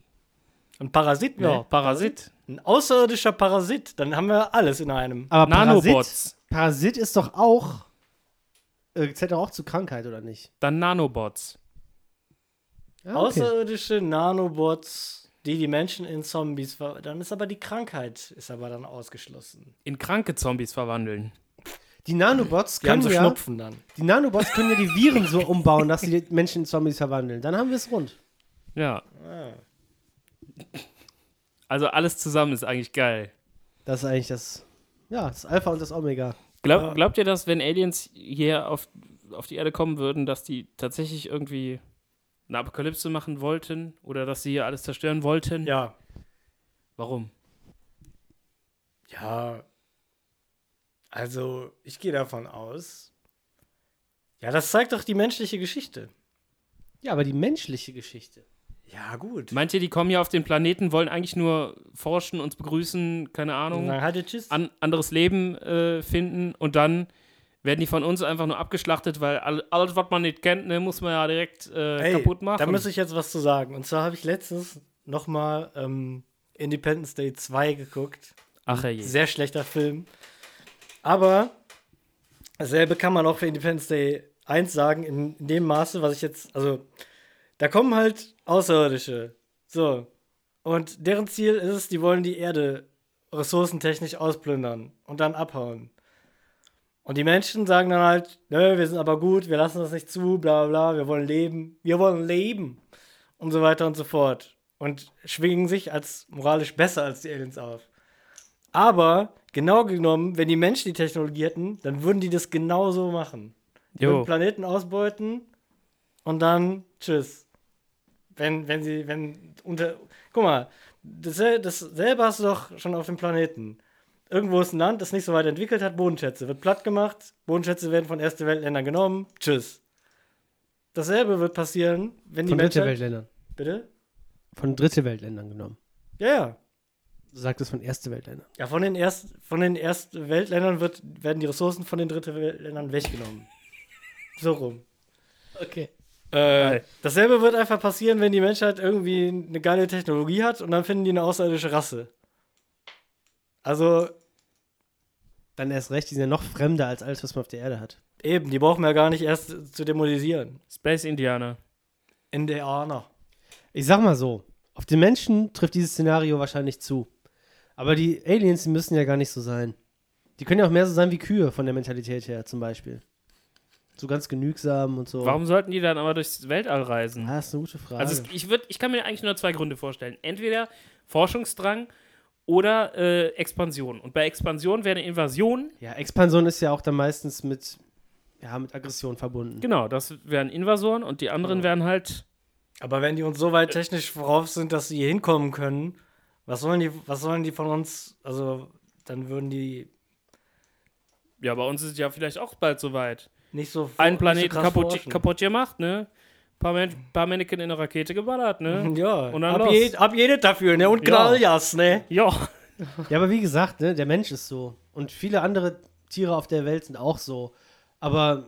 Speaker 2: Ein Parasit, ne?
Speaker 3: ja, Parasit.
Speaker 2: Ein außerirdischer Parasit. Dann haben wir alles in einem.
Speaker 3: Ah,
Speaker 4: Aber Parasit,
Speaker 3: Nanobots.
Speaker 4: Parasit ist doch auch. Äh, zählt doch auch zu Krankheit, oder nicht? Ah,
Speaker 3: Dann Nanobots.
Speaker 4: Ja,
Speaker 2: Außerirdische Nanobots, die die Menschen in Zombies ver... Dann ist aber die Krankheit, ist aber dann ausgeschlossen.
Speaker 3: In kranke Zombies verwandeln.
Speaker 4: Die Nanobots
Speaker 2: Die haben
Speaker 4: können
Speaker 2: so
Speaker 4: ja,
Speaker 2: Schnupfen dann.
Speaker 4: die Nanobots können ja die Viren so umbauen, dass sie die Menschen in Zombies verwandeln. Dann haben wir es rund.
Speaker 3: Ja. Ah. Also alles zusammen ist eigentlich geil.
Speaker 4: Das ist eigentlich das, ja, das Alpha und das Omega.
Speaker 2: Ah.
Speaker 3: Glaub, glaubt ihr, dass wenn Aliens hier auf, auf die Erde kommen würden, dass die tatsächlich irgendwie eine Apokalypse machen wollten oder dass sie hier alles zerstören wollten?
Speaker 2: Ja.
Speaker 3: Warum?
Speaker 2: Ja. Also, ich gehe davon aus. Ja, das zeigt doch die menschliche Geschichte.
Speaker 4: Ja, aber die menschliche Geschichte.
Speaker 2: Ja, gut.
Speaker 3: Meint ihr, die kommen hier auf den Planeten, wollen eigentlich nur forschen, uns begrüßen, keine Ahnung,
Speaker 2: Dann halt tschüss.
Speaker 3: an, anderes Leben äh, finden und dann werden die von uns einfach nur abgeschlachtet, weil all, alles, was man nicht kennt, ne, muss man ja direkt äh,
Speaker 2: Ey,
Speaker 3: kaputt machen.
Speaker 2: Da muss ich jetzt was zu sagen. Und zwar habe ich letztens nochmal ähm, Independence Day 2 geguckt.
Speaker 3: Ach herrje.
Speaker 2: Sehr schlechter Film. Aber dasselbe kann man auch für Independence Day 1 sagen, in, in dem Maße, was ich jetzt. Also, da kommen halt Außerirdische. So. Und deren Ziel ist es, die wollen die Erde ressourcentechnisch ausplündern und dann abhauen. Und die Menschen sagen dann halt, nö, wir sind aber gut, wir lassen das nicht zu, bla bla, wir wollen leben, wir wollen leben und so weiter und so fort. Und schwingen sich als moralisch besser als die Aliens auf. Aber genau genommen, wenn die Menschen die Technologie hätten, dann würden die das genauso machen. Die
Speaker 3: Jo.
Speaker 2: würden Planeten ausbeuten und dann tschüss. Wenn, wenn sie, wenn unter. Guck mal, das, dasselbe hast du doch schon auf dem Planeten. Irgendwo ist ein Land, das nicht so weit entwickelt hat, Bodenschätze. Wird platt gemacht, Bodenschätze werden von erste Weltländern genommen, tschüss. Dasselbe wird passieren, wenn die
Speaker 4: Von
Speaker 2: Menschen.
Speaker 4: dritte Weltländern.
Speaker 2: Bitte?
Speaker 4: Von dritte Weltländern genommen.
Speaker 2: Ja, ja.
Speaker 4: Du sagtest von erste Weltländern.
Speaker 2: Ja, von den, Erst, von den Erstweltländern wird, werden die Ressourcen von den Drittweltländern weggenommen. so rum.
Speaker 4: Okay.
Speaker 2: Äh, dasselbe wird einfach passieren, wenn die Menschheit irgendwie eine geile Technologie hat und dann finden die eine außerirdische Rasse. Also
Speaker 4: Dann erst recht, die sind ja noch fremder als alles, was man auf der Erde hat.
Speaker 2: eben, die brauchen wir gar nicht erst zu demolisieren.
Speaker 3: Space Indianer.
Speaker 2: Indianer.
Speaker 4: Ich sag mal so, auf den Menschen trifft dieses Szenario wahrscheinlich zu. Aber die Aliens, die müssen ja gar nicht so sein. Die können ja auch mehr so sein wie Kühe von der Mentalität her, zum Beispiel. So ganz genügsam und so.
Speaker 3: Warum sollten die dann aber durchs Weltall reisen?
Speaker 4: Ah, das ist eine gute Frage.
Speaker 3: Also es, ich, würd, ich kann mir eigentlich nur zwei Gründe vorstellen. Entweder Forschungsdrang oder äh, Expansion. Und bei Expansion wäre eine Invasion.
Speaker 4: ja, Expansion ist ja auch dann meistens mit, ja, mit Aggression verbunden.
Speaker 3: Genau, das wären Invasoren und die anderen wären halt.
Speaker 2: Aber wenn die uns so weit technisch vorauf sind, dass sie hier hinkommen können, was sollen die, was sollen die von uns? Also, dann würden die
Speaker 3: Ja, bei uns ist es ja vielleicht auch bald soweit.
Speaker 2: nicht so
Speaker 3: Einen
Speaker 2: nicht
Speaker 3: Planeten
Speaker 2: so krass
Speaker 3: kaputt,
Speaker 2: forschen.
Speaker 3: kaputt gemacht, ne? Paar, Man paar Männchen in eine Rakete geballert, ne?
Speaker 2: Mhm, Ja,
Speaker 3: Und dann
Speaker 2: ab,
Speaker 3: los.
Speaker 2: jed, ab jedes dafür, ne? Und Knalljas, ne?
Speaker 3: Ja.
Speaker 4: Ja, aber wie gesagt, ne, der Mensch ist so. Und viele andere Tiere auf der Welt sind auch so. Aber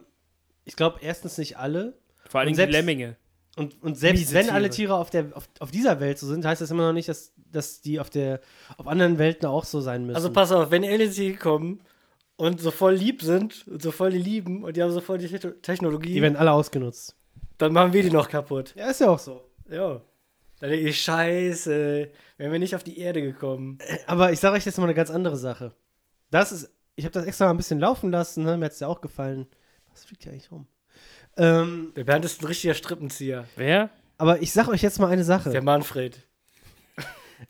Speaker 4: ich glaube, erstens nicht alle.
Speaker 3: Vor allen
Speaker 4: Und
Speaker 3: Dingen die
Speaker 4: selbst-
Speaker 3: Lemminge.
Speaker 4: Und, und selbst
Speaker 3: Miese
Speaker 4: wenn
Speaker 3: Tiere.
Speaker 4: alle Tiere auf, der, auf, auf dieser Welt so sind, heißt das immer noch nicht, dass, dass die auf, der, auf anderen Welten auch so sein müssen.
Speaker 2: Also pass auf, wenn Aliens hier kommen und so voll lieb sind und so voll die lieben und die haben so voll die Techno-
Speaker 4: die
Speaker 2: Technologie,
Speaker 4: werden alle ausgenutzt.
Speaker 2: dann machen wir die noch kaputt.
Speaker 4: Ja, ist ja auch so.
Speaker 2: Ja. Dann denke ich, scheiße, wären wir nicht auf die Erde gekommen.
Speaker 4: Aber ich sage euch jetzt mal eine ganz andere Sache. Das ist, ich habe das extra mal ein bisschen laufen lassen, ne? mir hat es ja auch gefallen. Was fliegt hier eigentlich rum? Ähm,
Speaker 2: Der Bernd ist ein richtiger Strippenzieher.
Speaker 3: Wer?
Speaker 4: aber ich sage euch jetzt mal eine Sache.
Speaker 2: Der Manfred.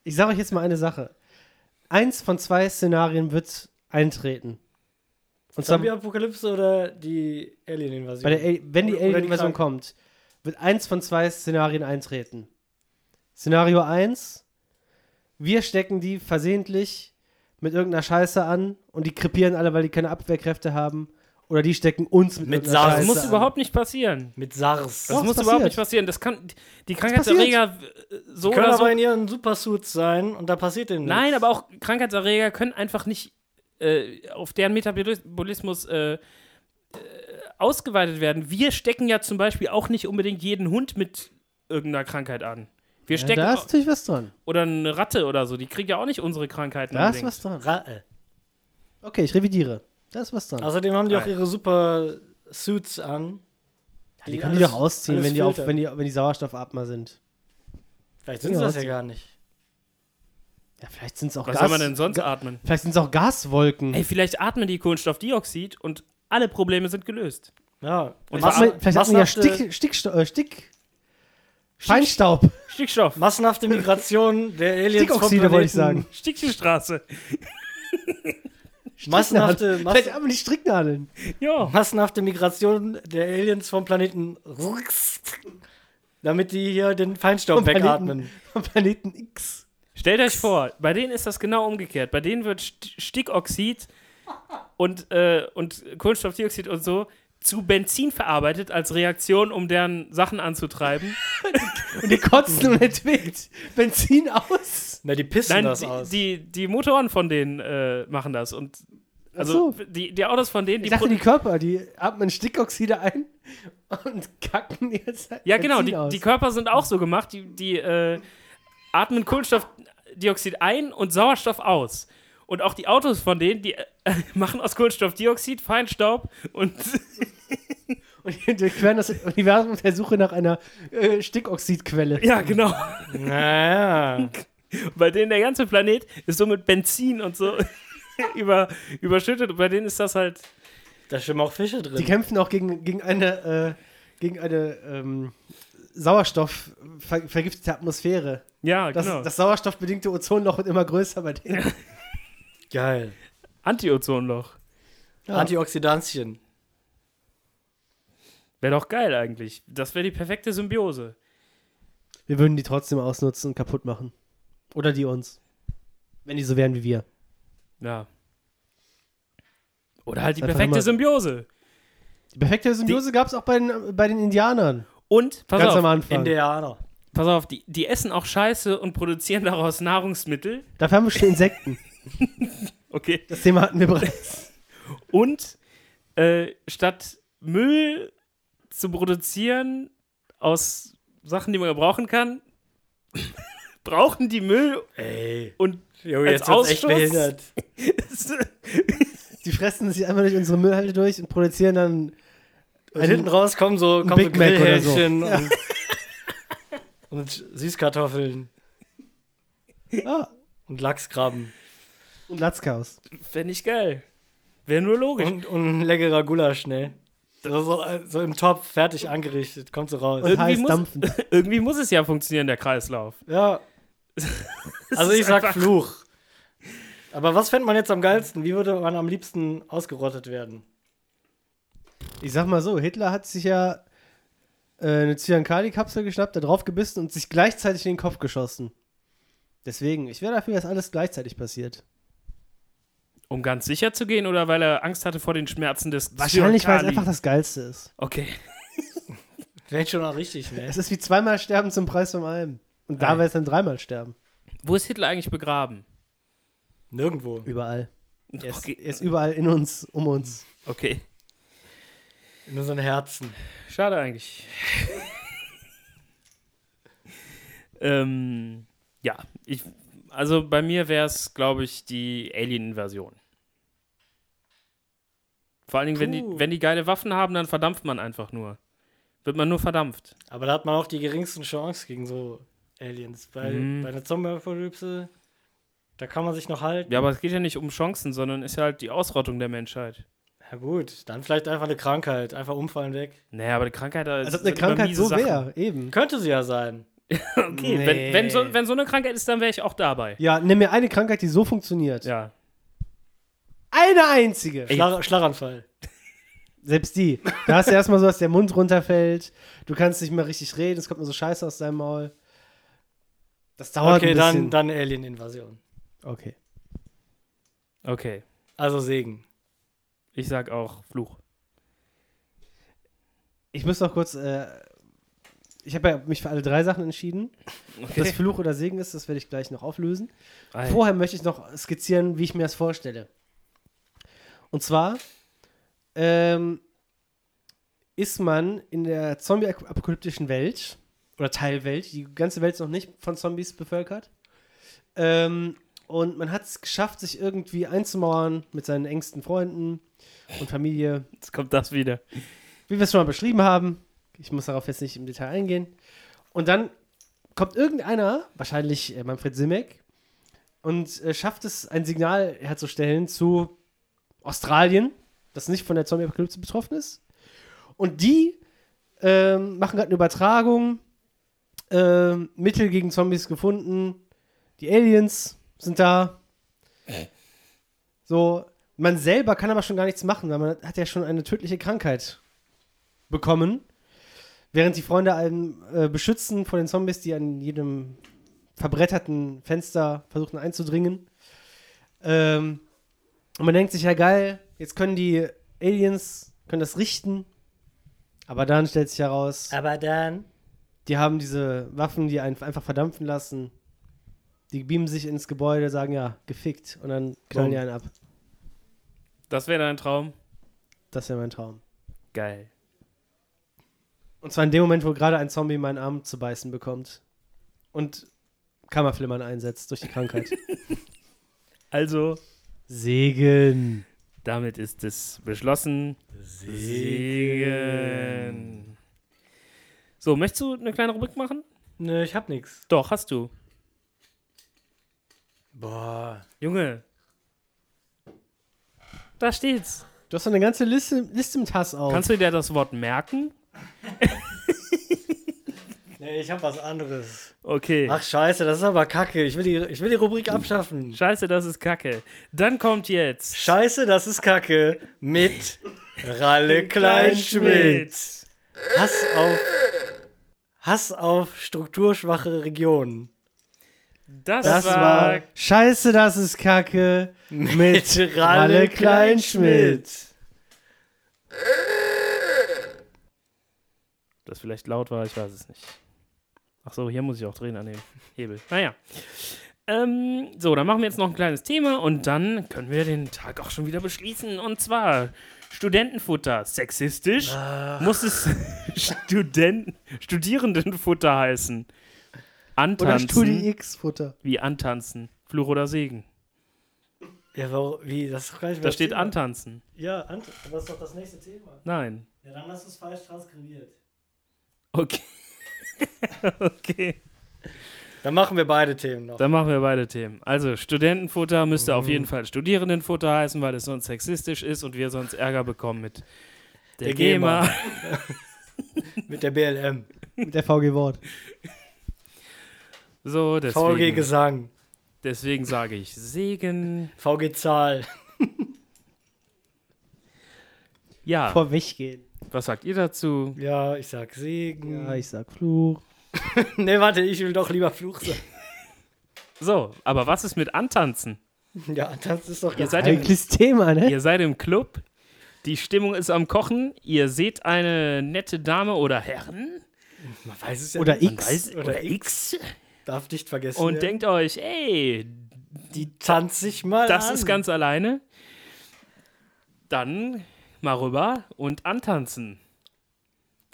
Speaker 4: Ich sage euch jetzt mal eine Sache. Eins von zwei Szenarien wird eintreten. Und zwar
Speaker 2: Zombie-Apokalypse oder die Alien-Invasion?
Speaker 4: bei der, Al- wenn die
Speaker 2: Oder- oder die
Speaker 4: Alien-Invasion
Speaker 2: Kranken.
Speaker 4: kommt, wird eins von zwei Szenarien eintreten. Szenario 1, wir stecken die versehentlich mit irgendeiner Scheiße an und die krepieren alle, weil die keine Abwehrkräfte haben. Oder die stecken uns mit,
Speaker 2: Mit
Speaker 4: irgendeiner
Speaker 2: SARS.
Speaker 4: Scheiße
Speaker 3: Das muss
Speaker 4: an.
Speaker 3: überhaupt nicht passieren.
Speaker 2: Mit SARS.
Speaker 3: Das
Speaker 4: Doch,
Speaker 3: muss
Speaker 4: es
Speaker 3: überhaupt
Speaker 4: passiert.
Speaker 3: nicht passieren. Das kann. Die
Speaker 4: passiert.
Speaker 3: Krankheitserreger äh, so
Speaker 2: die können
Speaker 3: oder so
Speaker 2: aber in ihren Supersuits sein und da passiert denen
Speaker 3: Nein,
Speaker 2: nichts.
Speaker 3: aber auch Krankheitserreger können einfach nicht äh, auf deren Metabolismus äh, äh, ausgeweitet werden. Wir stecken ja zum Beispiel auch nicht unbedingt jeden Hund mit irgendeiner Krankheit an. Wir
Speaker 4: Ja,
Speaker 3: stecken
Speaker 4: da ist natürlich was dran.
Speaker 3: oder eine Ratte oder so, die kriegt ja auch nicht unsere Krankheiten
Speaker 4: Da ist
Speaker 3: unbedingt.
Speaker 4: was dran.
Speaker 2: Ratte.
Speaker 4: Okay, ich revidiere. Da ist was dran.
Speaker 2: Außerdem haben die auch
Speaker 3: Geil.
Speaker 2: ihre super Suits an.
Speaker 4: die können die
Speaker 2: alles-
Speaker 4: doch ausziehen,
Speaker 2: alles
Speaker 4: wenn die, auf,
Speaker 2: filtern.
Speaker 4: wenn, die, wenn die sauerstoffatmer sind.
Speaker 2: Vielleicht sind
Speaker 4: Ja,
Speaker 2: sie das
Speaker 4: was-
Speaker 2: ja gar nicht.
Speaker 4: Ja, vielleicht sind es auch
Speaker 3: Was
Speaker 4: Gas.
Speaker 3: soll man denn sonst
Speaker 4: Ga-
Speaker 3: atmen?
Speaker 4: Vielleicht sind es auch Gaswolken.
Speaker 3: Ey, vielleicht atmen die Kohlenstoffdioxid und alle Probleme sind gelöst.
Speaker 2: Ja.
Speaker 3: Und
Speaker 4: Atmen-
Speaker 3: was-
Speaker 4: vielleicht hatten wir ja
Speaker 2: massenhafte-
Speaker 4: Stick, Sticksta- äh, Stick, Feinstaub.
Speaker 3: Stickstoff,
Speaker 2: Massenhafte Migration der Aliens vom
Speaker 4: Stickoxide wollte ich
Speaker 2: Planeten.
Speaker 4: sagen.
Speaker 3: Stickchenstraße.
Speaker 2: Massenhafte,
Speaker 4: Stricknadeln.
Speaker 2: massen,
Speaker 4: Vielleicht haben wir die Stricknadeln.
Speaker 3: Ja.
Speaker 2: massenhafte Migration der Aliens vom Planeten Rux, damit die hier den Feinstaub
Speaker 4: Vom Planeten-
Speaker 2: wegatmen.
Speaker 4: Vom Planeten X.
Speaker 3: Stellt euch vor, bei denen ist das genau umgekehrt. Bei denen wird St- Stickoxid und, äh, und Kohlenstoffdioxid und so zu Benzin verarbeitet als Reaktion, um deren Sachen anzutreiben.
Speaker 4: Und die kotzen und entwickelt Benzin aus.
Speaker 2: Na, die pissen
Speaker 3: Nein,
Speaker 2: das
Speaker 3: die,
Speaker 2: aus.
Speaker 3: die, die Motoren von denen äh, machen das. Und also
Speaker 4: Ach so.
Speaker 3: die, die Autos von denen, die,
Speaker 4: Ich dachte,
Speaker 3: pro-
Speaker 4: die Körper, die atmen Stickoxide ein und kacken jetzt halt
Speaker 3: Ja, genau,
Speaker 4: Benzin
Speaker 3: die,
Speaker 4: aus.
Speaker 3: die Körper sind auch so gemacht, die, die äh, atmen Kohlenstoffdioxid ein und Sauerstoff aus. Und auch die Autos von denen, die äh, machen aus Kohlenstoffdioxid, Feinstaub und
Speaker 4: Und die durchqueren das Universum auf der Suche nach einer äh, Stickoxidquelle.
Speaker 3: ja, genau.
Speaker 2: Naja.
Speaker 3: Bei denen der ganze Planet ist so mit Benzin und so über, überschüttet. Und bei denen ist das halt.
Speaker 2: Da schwimmen auch Fische drin.
Speaker 4: Die kämpfen auch gegen, gegen eine, äh, gegen eine ähm, Sauerstoff ver vergiftete Atmosphäre.
Speaker 3: Ja,
Speaker 4: Das,
Speaker 3: genau.
Speaker 4: das sauerstoffbedingte Ozonloch wird immer größer bei denen.
Speaker 2: Geil.
Speaker 3: Anti-Ozonloch.
Speaker 4: Ja.
Speaker 2: Antioxidantien.
Speaker 3: Wäre doch geil eigentlich. Das wäre die perfekte Symbiose.
Speaker 4: Wir würden die trotzdem ausnutzen und kaputt machen. Oder die uns. Wenn die so wären wie wir.
Speaker 3: Ja. Oder halt die
Speaker 4: Einfach
Speaker 3: perfekte
Speaker 4: immer-
Speaker 3: Symbiose.
Speaker 4: Die perfekte Symbiose gab es auch bei den, bei den Indianern.
Speaker 3: Und, pass
Speaker 4: ganz am
Speaker 3: auf,
Speaker 4: Anfang.
Speaker 2: Indianer.
Speaker 3: pass auf die, die essen auch Scheiße und produzieren daraus Nahrungsmittel.
Speaker 4: Dafür haben wir schon Insekten.
Speaker 3: Okay.
Speaker 4: Das Thema hatten wir bereits.
Speaker 3: Und äh, statt Müll zu produzieren aus Sachen, die man gebrauchen kann, brauchen die Müll
Speaker 2: Ey.
Speaker 3: und
Speaker 2: Jo,
Speaker 3: Als
Speaker 2: jetzt wird's echt
Speaker 3: Ausschuss?
Speaker 2: behindert.
Speaker 4: Die fressen sich einmal durch unsere Müllhalde durch und produzieren dann.
Speaker 2: Und
Speaker 4: Ein-
Speaker 2: hinten raus kommen so, kommen so
Speaker 4: Big Mac oder so.
Speaker 2: Grillhähnchen und, und Süßkartoffeln
Speaker 4: Ah,
Speaker 2: und Lachskrabben
Speaker 4: und Latzkaus.
Speaker 3: wäre nicht geil. Wäre nur logisch.
Speaker 2: und, und ein leckerer Gulasch, ne? So, so, so im Topf, fertig angerichtet, kommt so raus.
Speaker 4: Und
Speaker 3: Irgendwie
Speaker 4: heiß
Speaker 3: muss-
Speaker 4: dampfend.
Speaker 3: Irgendwie muss es ja funktionieren, der Kreislauf.
Speaker 2: Ja. also
Speaker 3: ist
Speaker 2: ich sag
Speaker 3: einfach-
Speaker 2: Fluch. Aber was fände man jetzt am geilsten? Wie würde man am liebsten ausgerottet werden?
Speaker 4: Ich sag mal so: Hitler hat sich ja äh, eine Zyankali-Kapsel geschnappt, da drauf gebissen und sich gleichzeitig in den Kopf geschossen. Deswegen, ich wäre dafür, dass alles gleichzeitig passiert.
Speaker 3: Um ganz sicher zu gehen oder weil er Angst hatte vor den Schmerzen des
Speaker 4: Wahrscheinlich, weil es
Speaker 3: Zyankali?
Speaker 4: einfach das Geilste ist.
Speaker 3: Okay.
Speaker 2: Wäre schon auch richtig, ne?
Speaker 3: Also-
Speaker 4: Es ist wie zweimal sterben zum Preis von allem. Und da
Speaker 3: Nein.
Speaker 4: wäre es dann dreimal sterben.
Speaker 3: Wo ist Hitler eigentlich begraben?
Speaker 2: Nirgendwo.
Speaker 4: Überall. Er ist,
Speaker 3: Okay.
Speaker 4: er ist überall in uns, um uns.
Speaker 3: okay.
Speaker 2: In unseren Herzen.
Speaker 3: Schade eigentlich. ähm, ja, ich, also bei mir wäre es, glaube ich, die Alien-Invasion. Vor allen Dingen, wenn die,
Speaker 2: Puh.
Speaker 3: wenn die geile Waffen haben, dann verdampft man einfach nur. Wird man nur verdampft.
Speaker 2: Aber da hat man auch die geringsten Chance gegen so Aliens. Bei,
Speaker 3: Mhm.
Speaker 2: bei einer Zombie-Apokalypse, da kann man sich noch halten.
Speaker 3: Ja, aber es geht ja nicht um Chancen, sondern ist ja halt die Ausrottung der Menschheit.
Speaker 2: Na gut, dann vielleicht einfach eine Krankheit. Einfach umfallen weg.
Speaker 3: Naja, aber die Krankheit halt da
Speaker 4: Als ob
Speaker 3: ist
Speaker 4: Also eine Krankheit so wäre, eben.
Speaker 2: Könnte sie ja sein.
Speaker 3: Okay, wenn, wenn, so, wenn so eine Krankheit ist, dann wäre ich auch dabei.
Speaker 4: Ja, nimm mir eine Krankheit, die so funktioniert.
Speaker 3: Ja.
Speaker 4: Eine einzige.
Speaker 2: Schlag, Schlaganfall.
Speaker 4: Selbst die. Da hast du erstmal so, dass der Mund runterfällt. Du kannst nicht mehr richtig reden. Es kommt nur so Scheiße aus deinem Maul. Das dauert
Speaker 2: Okay,
Speaker 4: ein bisschen.
Speaker 2: dann, dann Alien-Invasion.
Speaker 4: okay.
Speaker 3: Okay.
Speaker 2: Also Segen.
Speaker 3: Ich sag auch Fluch.
Speaker 4: Ich muss noch kurz. Äh, ich habe ja mich für alle drei Sachen entschieden. Ob das Fluch oder Segen ist, das werde ich gleich noch auflösen.
Speaker 3: Ei.
Speaker 4: Vorher möchte ich noch skizzieren, wie ich mir das vorstelle. Und zwar ähm, ist man in der zombie-apokalyptischen Welt oder Teilwelt, die ganze Welt ist noch nicht von Zombies bevölkert. Ähm, und man hat es geschafft, sich irgendwie einzumauern mit seinen engsten Freunden und Familie,
Speaker 3: Jetzt kommt das wieder.
Speaker 4: wie wir es schon mal beschrieben haben. Ich muss darauf jetzt nicht im Detail eingehen. Und dann kommt irgendeiner, wahrscheinlich äh, Manfred Simek, und äh, schafft es, ein Signal herzustellen zu Australien, das nicht von der Zombie-Apokalypse betroffen ist. Und die ähm, machen gerade eine Übertragung, ähm, Mittel gegen Zombies gefunden, die Aliens sind da. So, man selber kann aber schon gar nichts machen, weil man hat ja schon eine tödliche Krankheit bekommen. Während die Freunde einen äh, beschützen vor den Zombies, die an jedem verbretterten Fenster versuchen einzudringen. Ähm, und man denkt sich, ja geil, jetzt können die Aliens, können das richten. Aber dann stellt sich heraus,
Speaker 2: Aber dann.
Speaker 4: die haben diese Waffen, die einen einfach verdampfen lassen. Die beamen sich ins Gebäude, sagen ja, gefickt. Und dann knallen die einen ab.
Speaker 3: Das wäre dein Traum.
Speaker 4: Das wäre mein Traum.
Speaker 3: Geil.
Speaker 4: Und zwar in dem Moment, wo gerade ein Zombie meinen Arm zu beißen bekommt. Und Kammerflimmern einsetzt durch die Krankheit.
Speaker 3: Also,
Speaker 4: Segen.
Speaker 3: damit ist es beschlossen. Segen. So, möchtest du eine kleine Rubrik machen?
Speaker 2: Nö, ich hab nix.
Speaker 3: Doch, hast du.
Speaker 2: Boah.
Speaker 3: Junge. Da steht's.
Speaker 4: Du hast so eine ganze Liste, Liste mit Hass auf.
Speaker 3: Kannst du dir das Wort merken?
Speaker 2: Nee, ich hab was anderes.
Speaker 3: Okay.
Speaker 2: Ach, scheiße, das ist aber kacke. Ich will die, ich will die Rubrik abschaffen.
Speaker 3: Scheiße, das ist kacke. Dann kommt jetzt.
Speaker 2: Scheiße, das ist kacke. Mit Ralle Kleinschmidt. Hass auf. Hass auf strukturschwache Regionen.
Speaker 3: Das,
Speaker 4: das
Speaker 3: war.
Speaker 4: war Scheiße, das ist Kacke.
Speaker 2: Mit Ralle Kleinschmidt.
Speaker 3: Das vielleicht laut war, ich weiß es nicht. Ach so, hier muss ich auch drehen an dem Hebel. Naja. Ähm, so, dann machen wir jetzt noch ein kleines Thema und dann können wir den Tag auch schon wieder beschließen. Und zwar Studentenfutter. Sexistisch
Speaker 4: Ah.
Speaker 3: muss es Studenten, Studierendenfutter heißen.
Speaker 4: Oder
Speaker 3: Antanzen.
Speaker 4: Studi X-Futter.
Speaker 3: Wie antanzen. Fluch oder Segen.
Speaker 2: Ja, warum, wie, das ist doch gar nicht mehr
Speaker 3: Da
Speaker 2: das
Speaker 3: steht
Speaker 2: Thema.
Speaker 3: antanzen.
Speaker 2: Ja, Ant das ist doch das nächste Thema.
Speaker 3: Nein.
Speaker 2: Ja, dann hast du es falsch transkribiert.
Speaker 3: Okay. okay.
Speaker 2: Dann machen wir beide Themen noch.
Speaker 3: Dann machen wir beide Themen. Also, Studentenfutter müsste auf jeden Fall Studierendenfutter heißen, weil es sonst sexistisch ist und wir sonst Ärger bekommen mit der,
Speaker 2: Der
Speaker 3: GEMA.
Speaker 2: GEMA. Mit der BLM.
Speaker 4: Mit der VG Wort.
Speaker 3: So,
Speaker 2: VG
Speaker 3: deswegen,
Speaker 2: Gesang,
Speaker 3: deswegen sage ich Segen.
Speaker 2: VG Zahl.
Speaker 3: Ja,
Speaker 4: Vor weggehen.
Speaker 3: was sagt ihr dazu?
Speaker 2: Ja, ich sag Segen.
Speaker 4: Ja, ich sag Fluch.
Speaker 2: Ne, warte, ich will doch lieber Fluch sagen.
Speaker 3: So, aber was ist mit Antanzen?
Speaker 2: Ja, das ist doch
Speaker 3: Ihr seid, im,
Speaker 4: Heikles Thema, ne?
Speaker 3: ihr seid im Club, die Stimmung ist am Kochen, ihr seht eine nette Dame oder Herren
Speaker 2: Man weiß es ja
Speaker 4: Oder
Speaker 2: nicht.
Speaker 4: X.
Speaker 2: oder
Speaker 3: oder X
Speaker 2: Darf nicht vergessen.
Speaker 3: und
Speaker 2: ja.
Speaker 3: denkt euch, ey,
Speaker 2: die tanzt sich mal
Speaker 3: Das
Speaker 2: an.
Speaker 3: ist ganz alleine. Dann mal rüber und antanzen.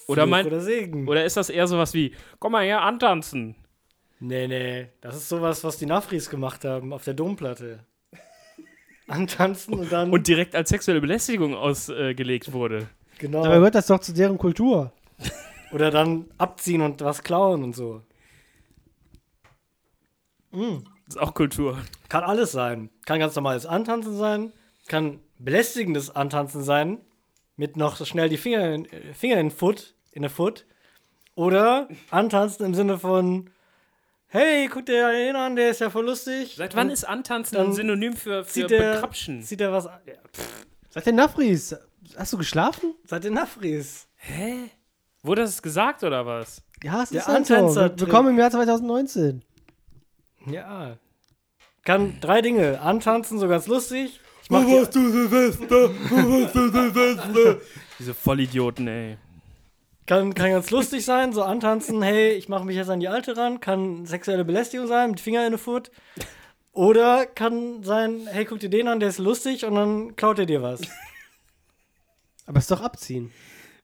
Speaker 3: Oder,
Speaker 2: Fluch
Speaker 3: mein, oder,
Speaker 2: oder Segen.
Speaker 3: ist das eher sowas wie, komm mal her, antanzen.
Speaker 2: nee, nee, das ist sowas, was die Nafris gemacht haben auf der Domplatte. Antanzen und dann
Speaker 3: Und direkt als sexuelle Belästigung ausgelegt wurde.
Speaker 2: genau
Speaker 4: Dabei gehört das doch zu deren Kultur.
Speaker 2: oder dann abziehen und was klauen und so.
Speaker 3: Ist auch Kultur.
Speaker 2: Kann alles sein. Kann ganz normales Antanzen sein, kann belästigendes Antanzen sein, mit noch so schnell die Finger in, äh, Finger in Foot, in der Foot. Oder Antanzen im Sinne von, hey, guck dir den an, der ist ja voll lustig.
Speaker 3: Seit wann ist antanzen
Speaker 2: dann
Speaker 3: ein Synonym für, für
Speaker 2: zieht der,
Speaker 3: bekrapschen?
Speaker 2: Zieht er was an? Ja, pff,
Speaker 4: Sagt der Nafris. Hast du geschlafen?
Speaker 2: seit den Nafris.
Speaker 3: Hä? Wurde das gesagt oder was?
Speaker 4: Ja, es
Speaker 2: Der
Speaker 4: ist halt so.
Speaker 2: Antänzer-
Speaker 4: Willkommen im Jahr 2019.
Speaker 2: Ja. Kann drei Dinge. Antanzen, so ganz lustig. Ich mach die,
Speaker 3: du Silvester? Wo warst du Silvester? Diese Vollidioten, ey.
Speaker 2: kann, kann ganz lustig sein, so antanzen, hey, ich mache mich jetzt an die Alte ran. Kann sexuelle Belästigung sein, mit Finger in der Furt. Oder kann sein, hey, guck dir den an, der ist lustig und dann klaut er dir was.
Speaker 4: Aber es ist doch abziehen.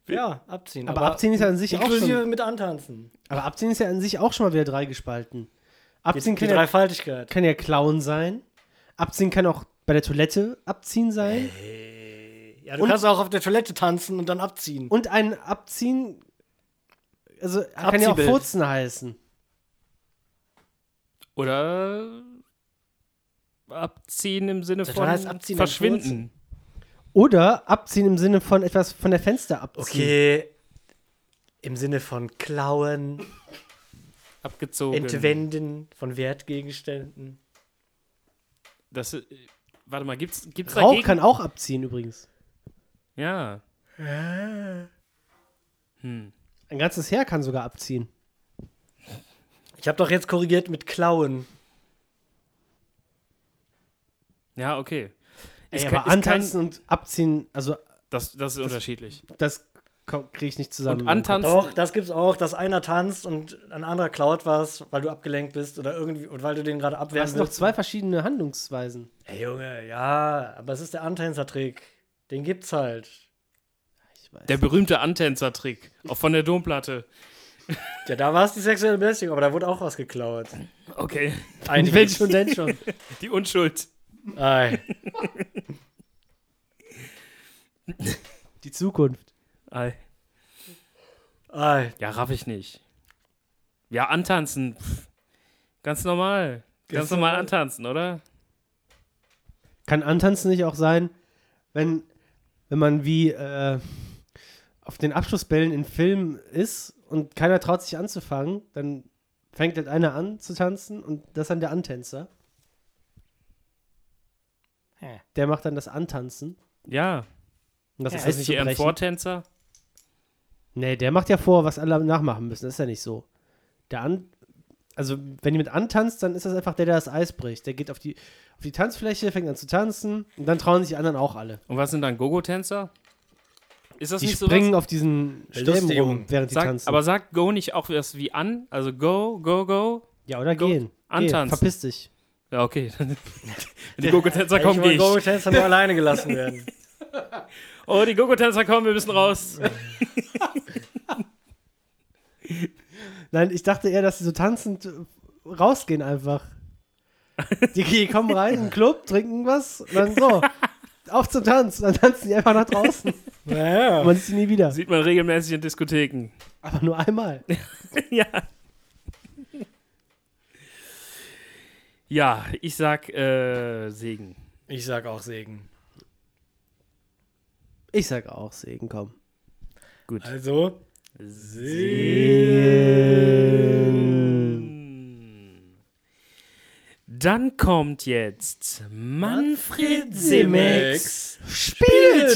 Speaker 2: Ja, abziehen.
Speaker 4: Aber abziehen ist ja an sich auch
Speaker 2: inklusive
Speaker 4: schon-
Speaker 2: mit antanzen.
Speaker 4: Aber abziehen ist ja an sich auch schon mal wieder drei gespalten. Abziehen
Speaker 2: Die, die
Speaker 4: kann, ja,
Speaker 2: Dreifaltigkeit.
Speaker 4: kann ja Clown sein. Abziehen kann auch bei der Toilette abziehen sein.
Speaker 2: Ja, du
Speaker 4: Und-
Speaker 2: kannst auch auf der Toilette tanzen und dann abziehen.
Speaker 4: Und ein Abziehen. Also kann ja auch
Speaker 2: Abziehbild.
Speaker 4: Furzen heißen.
Speaker 3: Oder abziehen im Sinne
Speaker 2: Das
Speaker 3: von
Speaker 2: heißt abziehen und
Speaker 3: verschwinden.
Speaker 4: Oder abziehen im Sinne von etwas von der Fenster abziehen.
Speaker 2: Okay. Im Sinne von klauen,
Speaker 3: Abgezogen.
Speaker 2: entwenden von Wertgegenständen.
Speaker 3: Das, äh, warte mal, gibt's, gibt's
Speaker 4: Rauch
Speaker 3: dagegen?
Speaker 4: kann auch abziehen übrigens.
Speaker 3: Ja.
Speaker 4: Ein ganzes Heer kann sogar abziehen.
Speaker 2: Ich habe doch jetzt korrigiert mit klauen.
Speaker 3: Ja, okay. Ist
Speaker 4: Ey,
Speaker 3: kein-
Speaker 4: aber
Speaker 3: ist
Speaker 4: antanzen und abziehen, also
Speaker 3: Das, das ist unterschiedlich.
Speaker 4: das kriege ich nicht zusammen.
Speaker 3: Und antanzen.
Speaker 2: Doch, das gibt's auch, dass einer tanzt und ein anderer klaut was, weil du abgelenkt bist oder irgendwie und weil du den gerade
Speaker 4: Das
Speaker 2: abwehrst.
Speaker 4: sind doch zwei verschiedene Handlungsweisen.
Speaker 2: Ey Junge, ja, aber es ist der Antänzer-Trick. Den gibt's halt.
Speaker 4: Ich weiß.
Speaker 3: Der berühmte Antänzer-Trick. Auch von der Domplatte.
Speaker 2: Ja, da war es die sexuelle Belästigung, aber da wurde auch was geklaut.
Speaker 3: Okay.
Speaker 4: Wenn schon, denn schon.
Speaker 3: Die Unschuld.
Speaker 2: Ei.
Speaker 4: Die Zukunft.
Speaker 3: Ei.
Speaker 2: Ei.
Speaker 3: Ja, raff ich nicht. Ja, antanzen. Pff. Ganz normal. Ganz
Speaker 2: Ganz
Speaker 3: normal
Speaker 2: normal.
Speaker 3: antanzen, oder?
Speaker 4: Kann Antanzen nicht auch sein, wenn, wenn man wie äh, auf den Abschlussbällen in Filmen ist und keiner traut sich anzufangen, dann fängt halt einer an zu tanzen und das ist dann der Antänzer.
Speaker 2: Hä.
Speaker 4: Der macht dann das Antanzen.
Speaker 3: Ja.
Speaker 4: Und das
Speaker 2: Ja,
Speaker 4: ist
Speaker 3: Heißt
Speaker 4: das
Speaker 3: nicht
Speaker 4: nicht
Speaker 3: hier ein
Speaker 4: erbrechen.
Speaker 3: Vortänzer?
Speaker 4: Nee, der macht ja vor, was alle nachmachen müssen. Das ist ja nicht so. Der an also, wenn jemand antanzt, dann ist das einfach der, der das Eis bricht. Der geht auf die, auf die Tanzfläche, fängt an zu tanzen und dann trauen sich die anderen auch alle.
Speaker 3: Und was sind dann Gogo-Tänzer? Ist das
Speaker 4: Die
Speaker 3: nicht
Speaker 4: springen
Speaker 3: sowas?
Speaker 4: auf diesen Stäben
Speaker 2: Belustigung.
Speaker 4: rum, während die
Speaker 3: Sag,
Speaker 4: tanzen.
Speaker 3: aber sagt Go nicht auch erst wie an? Also Go, Go, Go?
Speaker 4: ja, oder
Speaker 3: Go-
Speaker 4: gehen.
Speaker 3: antanzen.
Speaker 4: Geh, verpiss dich.
Speaker 3: Ja, okay. Wenn die Gogo-Tänzer
Speaker 2: Komm,
Speaker 3: kommen,
Speaker 2: ich
Speaker 3: geh
Speaker 2: will Gogo
Speaker 3: ich.
Speaker 2: Tänzer nur alleine gelassen werden.
Speaker 3: Oh, die Gogo-Tänzer kommen, wir müssen raus.
Speaker 4: Nein, ich dachte eher, dass sie so tanzend äh, rausgehen einfach. Die, die kommen rein in den Club, trinken was und dann so. Auf zum Tanz. Dann tanzen die einfach nach draußen.
Speaker 2: Naja.
Speaker 4: Man sieht sie nie wieder.
Speaker 3: Sieht man regelmäßig in Diskotheken.
Speaker 4: Aber nur einmal.
Speaker 3: ja. Ja, ich sag äh, Segen.
Speaker 2: Ich sag auch Segen.
Speaker 4: Ich sag auch Segen, komm.
Speaker 3: Gut.
Speaker 2: Also,
Speaker 3: Hm. Dann kommt jetzt Manfred Simex.
Speaker 2: Simex.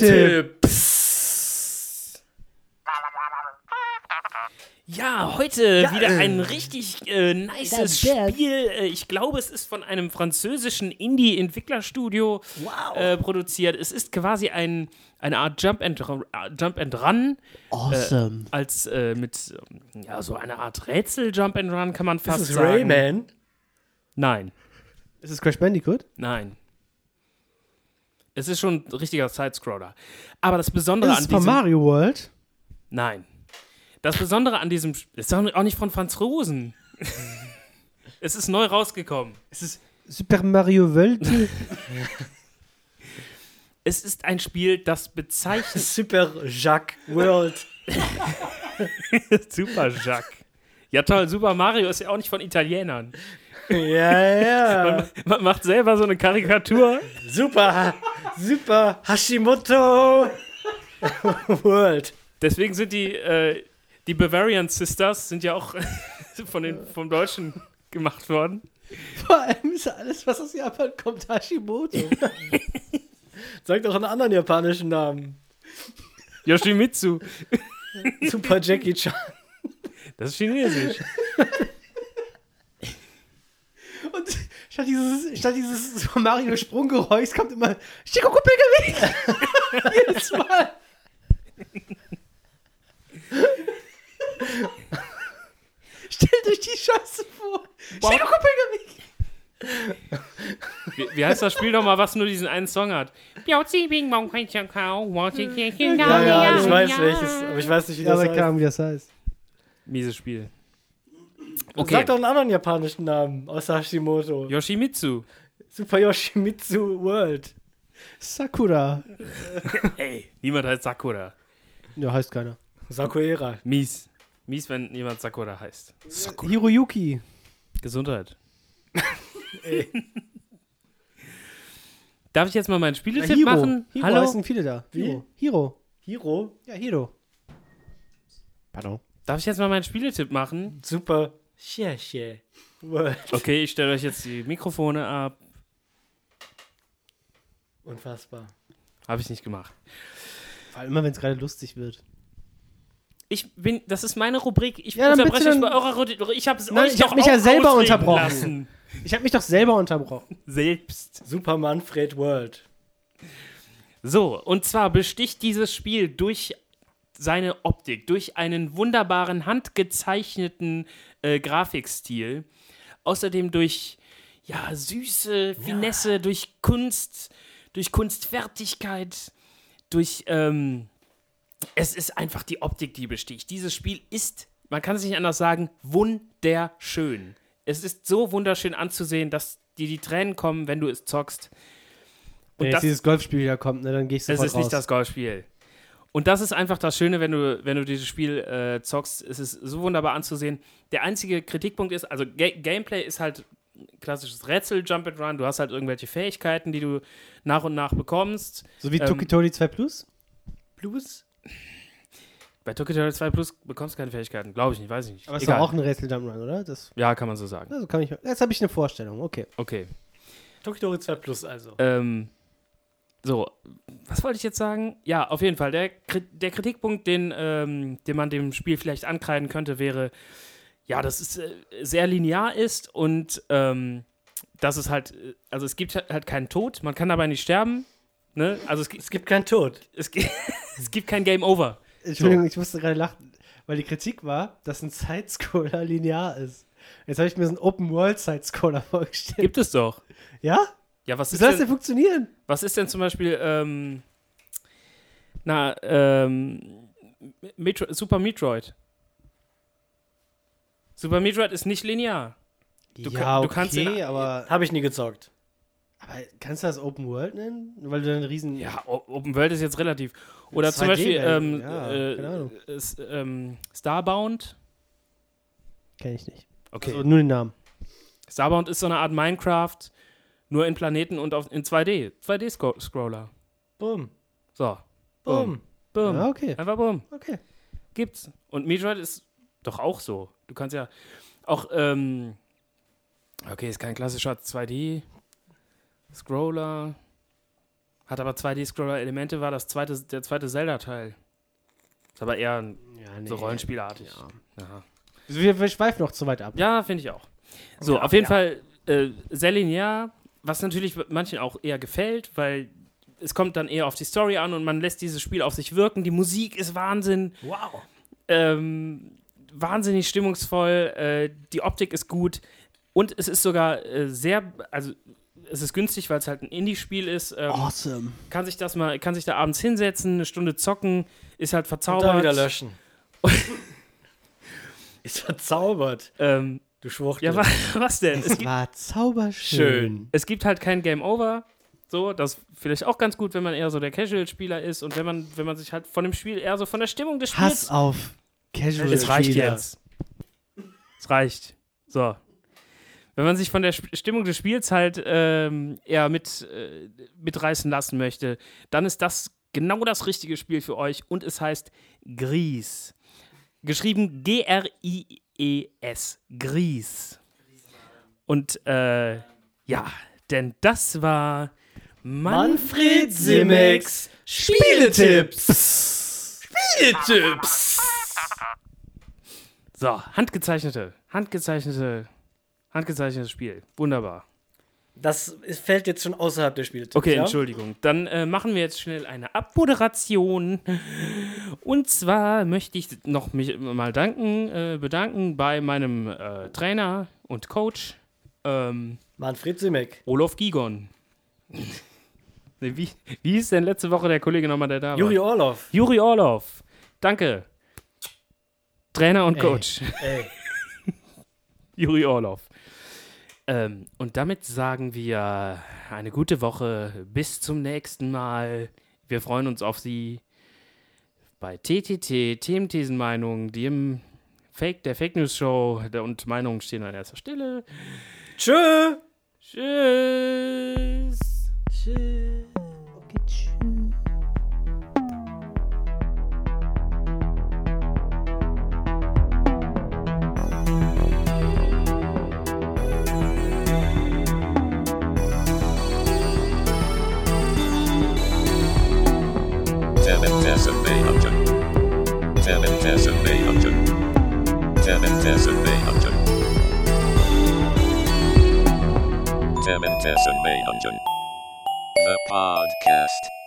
Speaker 3: Ja, heute wieder ein richtig äh, nices Spiel. Äh, Ich glaube, es ist von einem französischen Indie-Entwicklerstudio äh, produziert. Es ist quasi ein, eine Art Jump and, Ru- äh, Jump and Run
Speaker 4: Awesome.
Speaker 3: als äh, mit ähm, ja, so einer Art Rätsel Jump and Run kann man fast
Speaker 2: Das ist
Speaker 3: sagen.
Speaker 2: Rayman.
Speaker 3: Nein,
Speaker 4: Äh, Ist es Crash Bandicoot?
Speaker 3: nein. Es ist schon ein richtiger Sidescroller. Aber das Besondere
Speaker 4: Ist
Speaker 3: an
Speaker 4: es von
Speaker 3: diesem
Speaker 4: Mario World?
Speaker 3: Nein. Das Besondere an diesem Sp- ist doch auch nicht von Franzosen. es ist neu rausgekommen.
Speaker 4: Ist es Super Mario World?
Speaker 3: Es ist ein Spiel, das bezeichnet
Speaker 2: Super Jacques World.
Speaker 3: Super Jacques. Ja toll, Super Mario ist ja auch nicht von Italienern.
Speaker 2: ja, ja.
Speaker 3: Man macht selber so eine Karikatur.
Speaker 2: Super, super Hashimoto World.
Speaker 3: Deswegen sind die, äh, die Bavarian Sisters sind ja auch von den, vom Deutschen gemacht worden.
Speaker 4: Vor allem ist alles, was aus Japan kommt, Hashimoto.
Speaker 2: Sag doch einen anderen japanischen Namen.
Speaker 3: Yoshimitsu.
Speaker 2: Super Jackie Chan.
Speaker 3: Das ist chinesisch.
Speaker 4: Und statt dieses, statt dieses Super Mario Sprunggeräusch kommt immer Schikokupelgeweg. Jedes Mal. Stellt euch die Scheiße vor. Schikokupelgeweg.
Speaker 3: Wie, wie heißt das Spiel nochmal, was nur diesen einen Song hat? Biaozi, Bing, Bong, Kai, Chang, Kao, Wo, Chi, Chi,
Speaker 2: Ja,
Speaker 3: Chi, Kao,
Speaker 2: ja, ich
Speaker 3: Ja,
Speaker 2: weiß
Speaker 3: Ja.
Speaker 2: welches, aber ich weiß nicht, wie
Speaker 4: Ja,
Speaker 2: das
Speaker 4: aber
Speaker 2: heißt.
Speaker 4: keine Ahnung, wie das heißt.
Speaker 3: Mieses Spiel.
Speaker 2: Sag
Speaker 3: Okay.
Speaker 2: doch einen anderen japanischen Namen, außer Hashimoto.
Speaker 3: Yoshimitsu.
Speaker 2: Super Yoshimitsu World.
Speaker 4: Sakura.
Speaker 3: Ey, niemand heißt Sakura.
Speaker 4: Ja, heißt keiner.
Speaker 2: Sakuera.
Speaker 3: Mies. Mies, wenn jemand Sakura heißt.
Speaker 4: Hiroyuki.
Speaker 3: Gesundheit. Darf ich jetzt mal meinen
Speaker 4: Ja,
Speaker 3: Spieletipp
Speaker 4: Hiro.
Speaker 3: machen?
Speaker 4: Hiro
Speaker 3: Hallo?
Speaker 4: heißen viele da.
Speaker 2: Wie?
Speaker 4: Hiro. Hiro.
Speaker 2: Hiro?
Speaker 4: Ja, Hiro. Pardon.
Speaker 3: Darf ich jetzt mal meinen Spieletipp machen?
Speaker 2: Super Sheshe World.
Speaker 3: Okay, ich stelle euch jetzt die Mikrofone ab.
Speaker 2: Unfassbar.
Speaker 3: Habe ich nicht gemacht.
Speaker 4: Vor allem immer, wenn es gerade lustig wird.
Speaker 3: Ich bin, das ist meine Rubrik. Ich
Speaker 4: Ja, dann
Speaker 3: unterbreche
Speaker 4: bitte
Speaker 3: euch bei
Speaker 4: dann-
Speaker 3: eurer Rubrik. Ich habe es
Speaker 4: Nein,
Speaker 3: euch
Speaker 4: ich
Speaker 3: doch
Speaker 4: hab mich ja
Speaker 3: auch
Speaker 4: selber
Speaker 3: ausreden
Speaker 4: unterbrochen.
Speaker 3: Lassen.
Speaker 4: Ich habe mich doch selber unterbrochen.
Speaker 3: Selbst.
Speaker 2: Super Manfred World.
Speaker 3: So, und zwar besticht dieses Spiel durch seine Optik, durch einen wunderbaren handgezeichneten äh, Grafikstil, außerdem durch ja, süße Finesse, durch Kunst, durch Kunstfertigkeit, durch ähm, es ist einfach die Optik, die besticht. Dieses Spiel ist, man kann es nicht anders sagen, wunderschön. Es ist so wunderschön anzusehen, dass dir die Tränen kommen, wenn du es zockst. Und
Speaker 4: Wenn jetzt dieses Golfspiel wieder kommt, ne, dann gehe ich
Speaker 3: es
Speaker 4: sofort
Speaker 3: ist nicht
Speaker 4: raus.
Speaker 3: das Golfspiel. Und das ist einfach das Schöne, wenn du, wenn du dieses Spiel äh, zockst. Es ist so wunderbar anzusehen. Der einzige Kritikpunkt ist, also Ga Gameplay ist halt klassisches Rätsel, Jump and Run. Du hast halt irgendwelche Fähigkeiten, die du nach und nach bekommst.
Speaker 4: So wie
Speaker 3: Ähm,
Speaker 4: Tokitori 2 Plus?
Speaker 3: Plus? Bei Tokitori 2 Plus bekommst du keine Fähigkeiten. Glaube ich nicht, weiß ich nicht.
Speaker 4: Aber es ist
Speaker 3: Egal.
Speaker 4: doch auch ein Rätsel Jump'n'Run, oder? Das,
Speaker 3: ja, kann man so sagen.
Speaker 4: also kann ich, jetzt habe ich eine Vorstellung, okay.
Speaker 3: Okay.
Speaker 2: Tokitori 2 Plus also.
Speaker 3: Ähm, so, was wollte ich jetzt sagen? Ja, auf jeden Fall. Der, Kri- der Kritikpunkt, den, ähm, den man dem Spiel vielleicht ankreiden könnte, wäre, ja, dass es äh, sehr linear ist und ähm, dass es halt, äh, also es gibt halt keinen Tod, man kann dabei nicht sterben. Ne? Also es, gi-
Speaker 2: Es gibt keinen Tod.
Speaker 3: es, gi- es gibt kein Game Over.
Speaker 4: Entschuldigung, ich musste gerade lachen, weil die Kritik war, dass ein Sidescroller linear ist. Jetzt habe ich mir so einen Open-World-Sidescroller vorgestellt.
Speaker 3: Gibt es doch.
Speaker 4: Ja?
Speaker 3: Ja, was
Speaker 4: Wie
Speaker 3: ist
Speaker 4: soll das
Speaker 3: denn?
Speaker 4: denn funktionieren?
Speaker 3: Was ist denn zum Beispiel, ähm, na, ähm, Metro Super Metroid? Super Metroid ist nicht linear. Du kann- du kannst in-
Speaker 4: aber,
Speaker 2: Habe ich nie gezockt.
Speaker 4: aber kannst du das Open World nennen? Weil du dann einen riesen...
Speaker 3: Ja, O- Open World ist jetzt relativ. Oder zum
Speaker 4: 2D
Speaker 3: Beispiel
Speaker 4: Welt,
Speaker 3: ähm,
Speaker 4: ja, keine Ahnung.
Speaker 3: äh, s- ähm, Starbound.
Speaker 4: Kenn ich nicht.
Speaker 3: Okay.
Speaker 4: Also nur den Namen.
Speaker 3: Starbound ist so eine Art Minecraft, nur in Planeten und auf, in 2D. 2D-Scroller.
Speaker 2: Boom.
Speaker 3: So.
Speaker 2: Boom.
Speaker 3: Boom.
Speaker 4: Ja, okay.
Speaker 3: Einfach boom.
Speaker 4: Okay.
Speaker 3: gibt's. Und Metroid ist doch auch so. Du kannst ja auch, ähm, okay, ist kein klassischer 2D-Scroller, hat aber 2D-Scroller-Elemente, war das zweite, der zweite Zelda-Teil. Ist aber eher ein-
Speaker 4: Ja, nee.
Speaker 3: so rollenspielartig. Ja,
Speaker 4: Also wir, wir schweifen noch zu weit ab.
Speaker 3: ja finde ich auch. So, auf jeden Fall äh, sehr linear, was natürlich manchen auch eher gefällt, weil es kommt dann eher auf die Story an und man lässt dieses Spiel auf sich wirken. Die Musik ist Wahnsinn
Speaker 2: Wow.
Speaker 3: ähm, wahnsinnig stimmungsvoll, äh, die Optik ist gut und es ist sogar äh, sehr, also es ist günstig, weil es halt ein Indie-Spiel ist. Ähm,
Speaker 4: Awesome.
Speaker 3: Kann sich das mal, kann sich da abends hinsetzen, eine Stunde zocken, ist halt
Speaker 2: Und
Speaker 3: verzaubert.
Speaker 2: dann wieder löschen. ist verzaubert.
Speaker 3: Ähm,
Speaker 2: Du Schwuchtel.
Speaker 3: ja, wa was denn? Es
Speaker 4: Es
Speaker 3: gibt,
Speaker 4: war zauberschön.
Speaker 2: Schön.
Speaker 3: es gibt halt kein Game Over. So, das ist vielleicht auch ganz gut, wenn man eher so der Casual-Spieler ist und wenn man, wenn man sich halt von dem Spiel eher so von der Stimmung des Spiels
Speaker 4: Hass auf Casual
Speaker 3: Es reicht
Speaker 4: Spieler.
Speaker 3: jetzt. Es reicht. So. Wenn man sich von der Sp- Stimmung des Spiels halt ähm, eher mit, äh, mitreißen lassen möchte, dann ist das genau das richtige Spiel für euch und es heißt Gries. Geschrieben G-R-I-E-S. E Gries. Und äh, ja, denn das war
Speaker 2: Manfred Simex Spieletipps. Spieletipps.
Speaker 3: So, handgezeichnete, handgezeichnete, handgezeichnetes Spiel. Wunderbar.
Speaker 2: Das ist, fällt jetzt schon außerhalb der Spieltipps.
Speaker 3: Okay,
Speaker 2: ja?
Speaker 3: Entschuldigung. Dann äh, machen wir jetzt schnell eine Abmoderation. Und zwar möchte ich noch mich mal danken, äh, bedanken bei meinem äh, Trainer und Coach Ähm,
Speaker 2: Manfred Simek.
Speaker 3: Olaf Gigon. nee, wie, wie ist denn letzte Woche der Kollege nochmal, der da war?
Speaker 2: Juri Orlov.
Speaker 3: Juri Orlov. Danke. Trainer und
Speaker 4: Ey.
Speaker 3: Coach.
Speaker 4: Ey.
Speaker 3: Juri Orlov. Ähm, und damit sagen wir eine gute Woche. Bis zum nächsten Mal. Wir freuen uns auf Sie bei TTT, Themen, Thesen, Meinungen, die im Fake, der Fake News Show der- und Meinungen stehen an erster Stelle.
Speaker 2: Tschö.
Speaker 3: Tschüss.
Speaker 1: Seven thousand eight hundred. Seven thousand eight hundred. Seven thousand eight hundred. Seven thousand eight hundred. The podcast.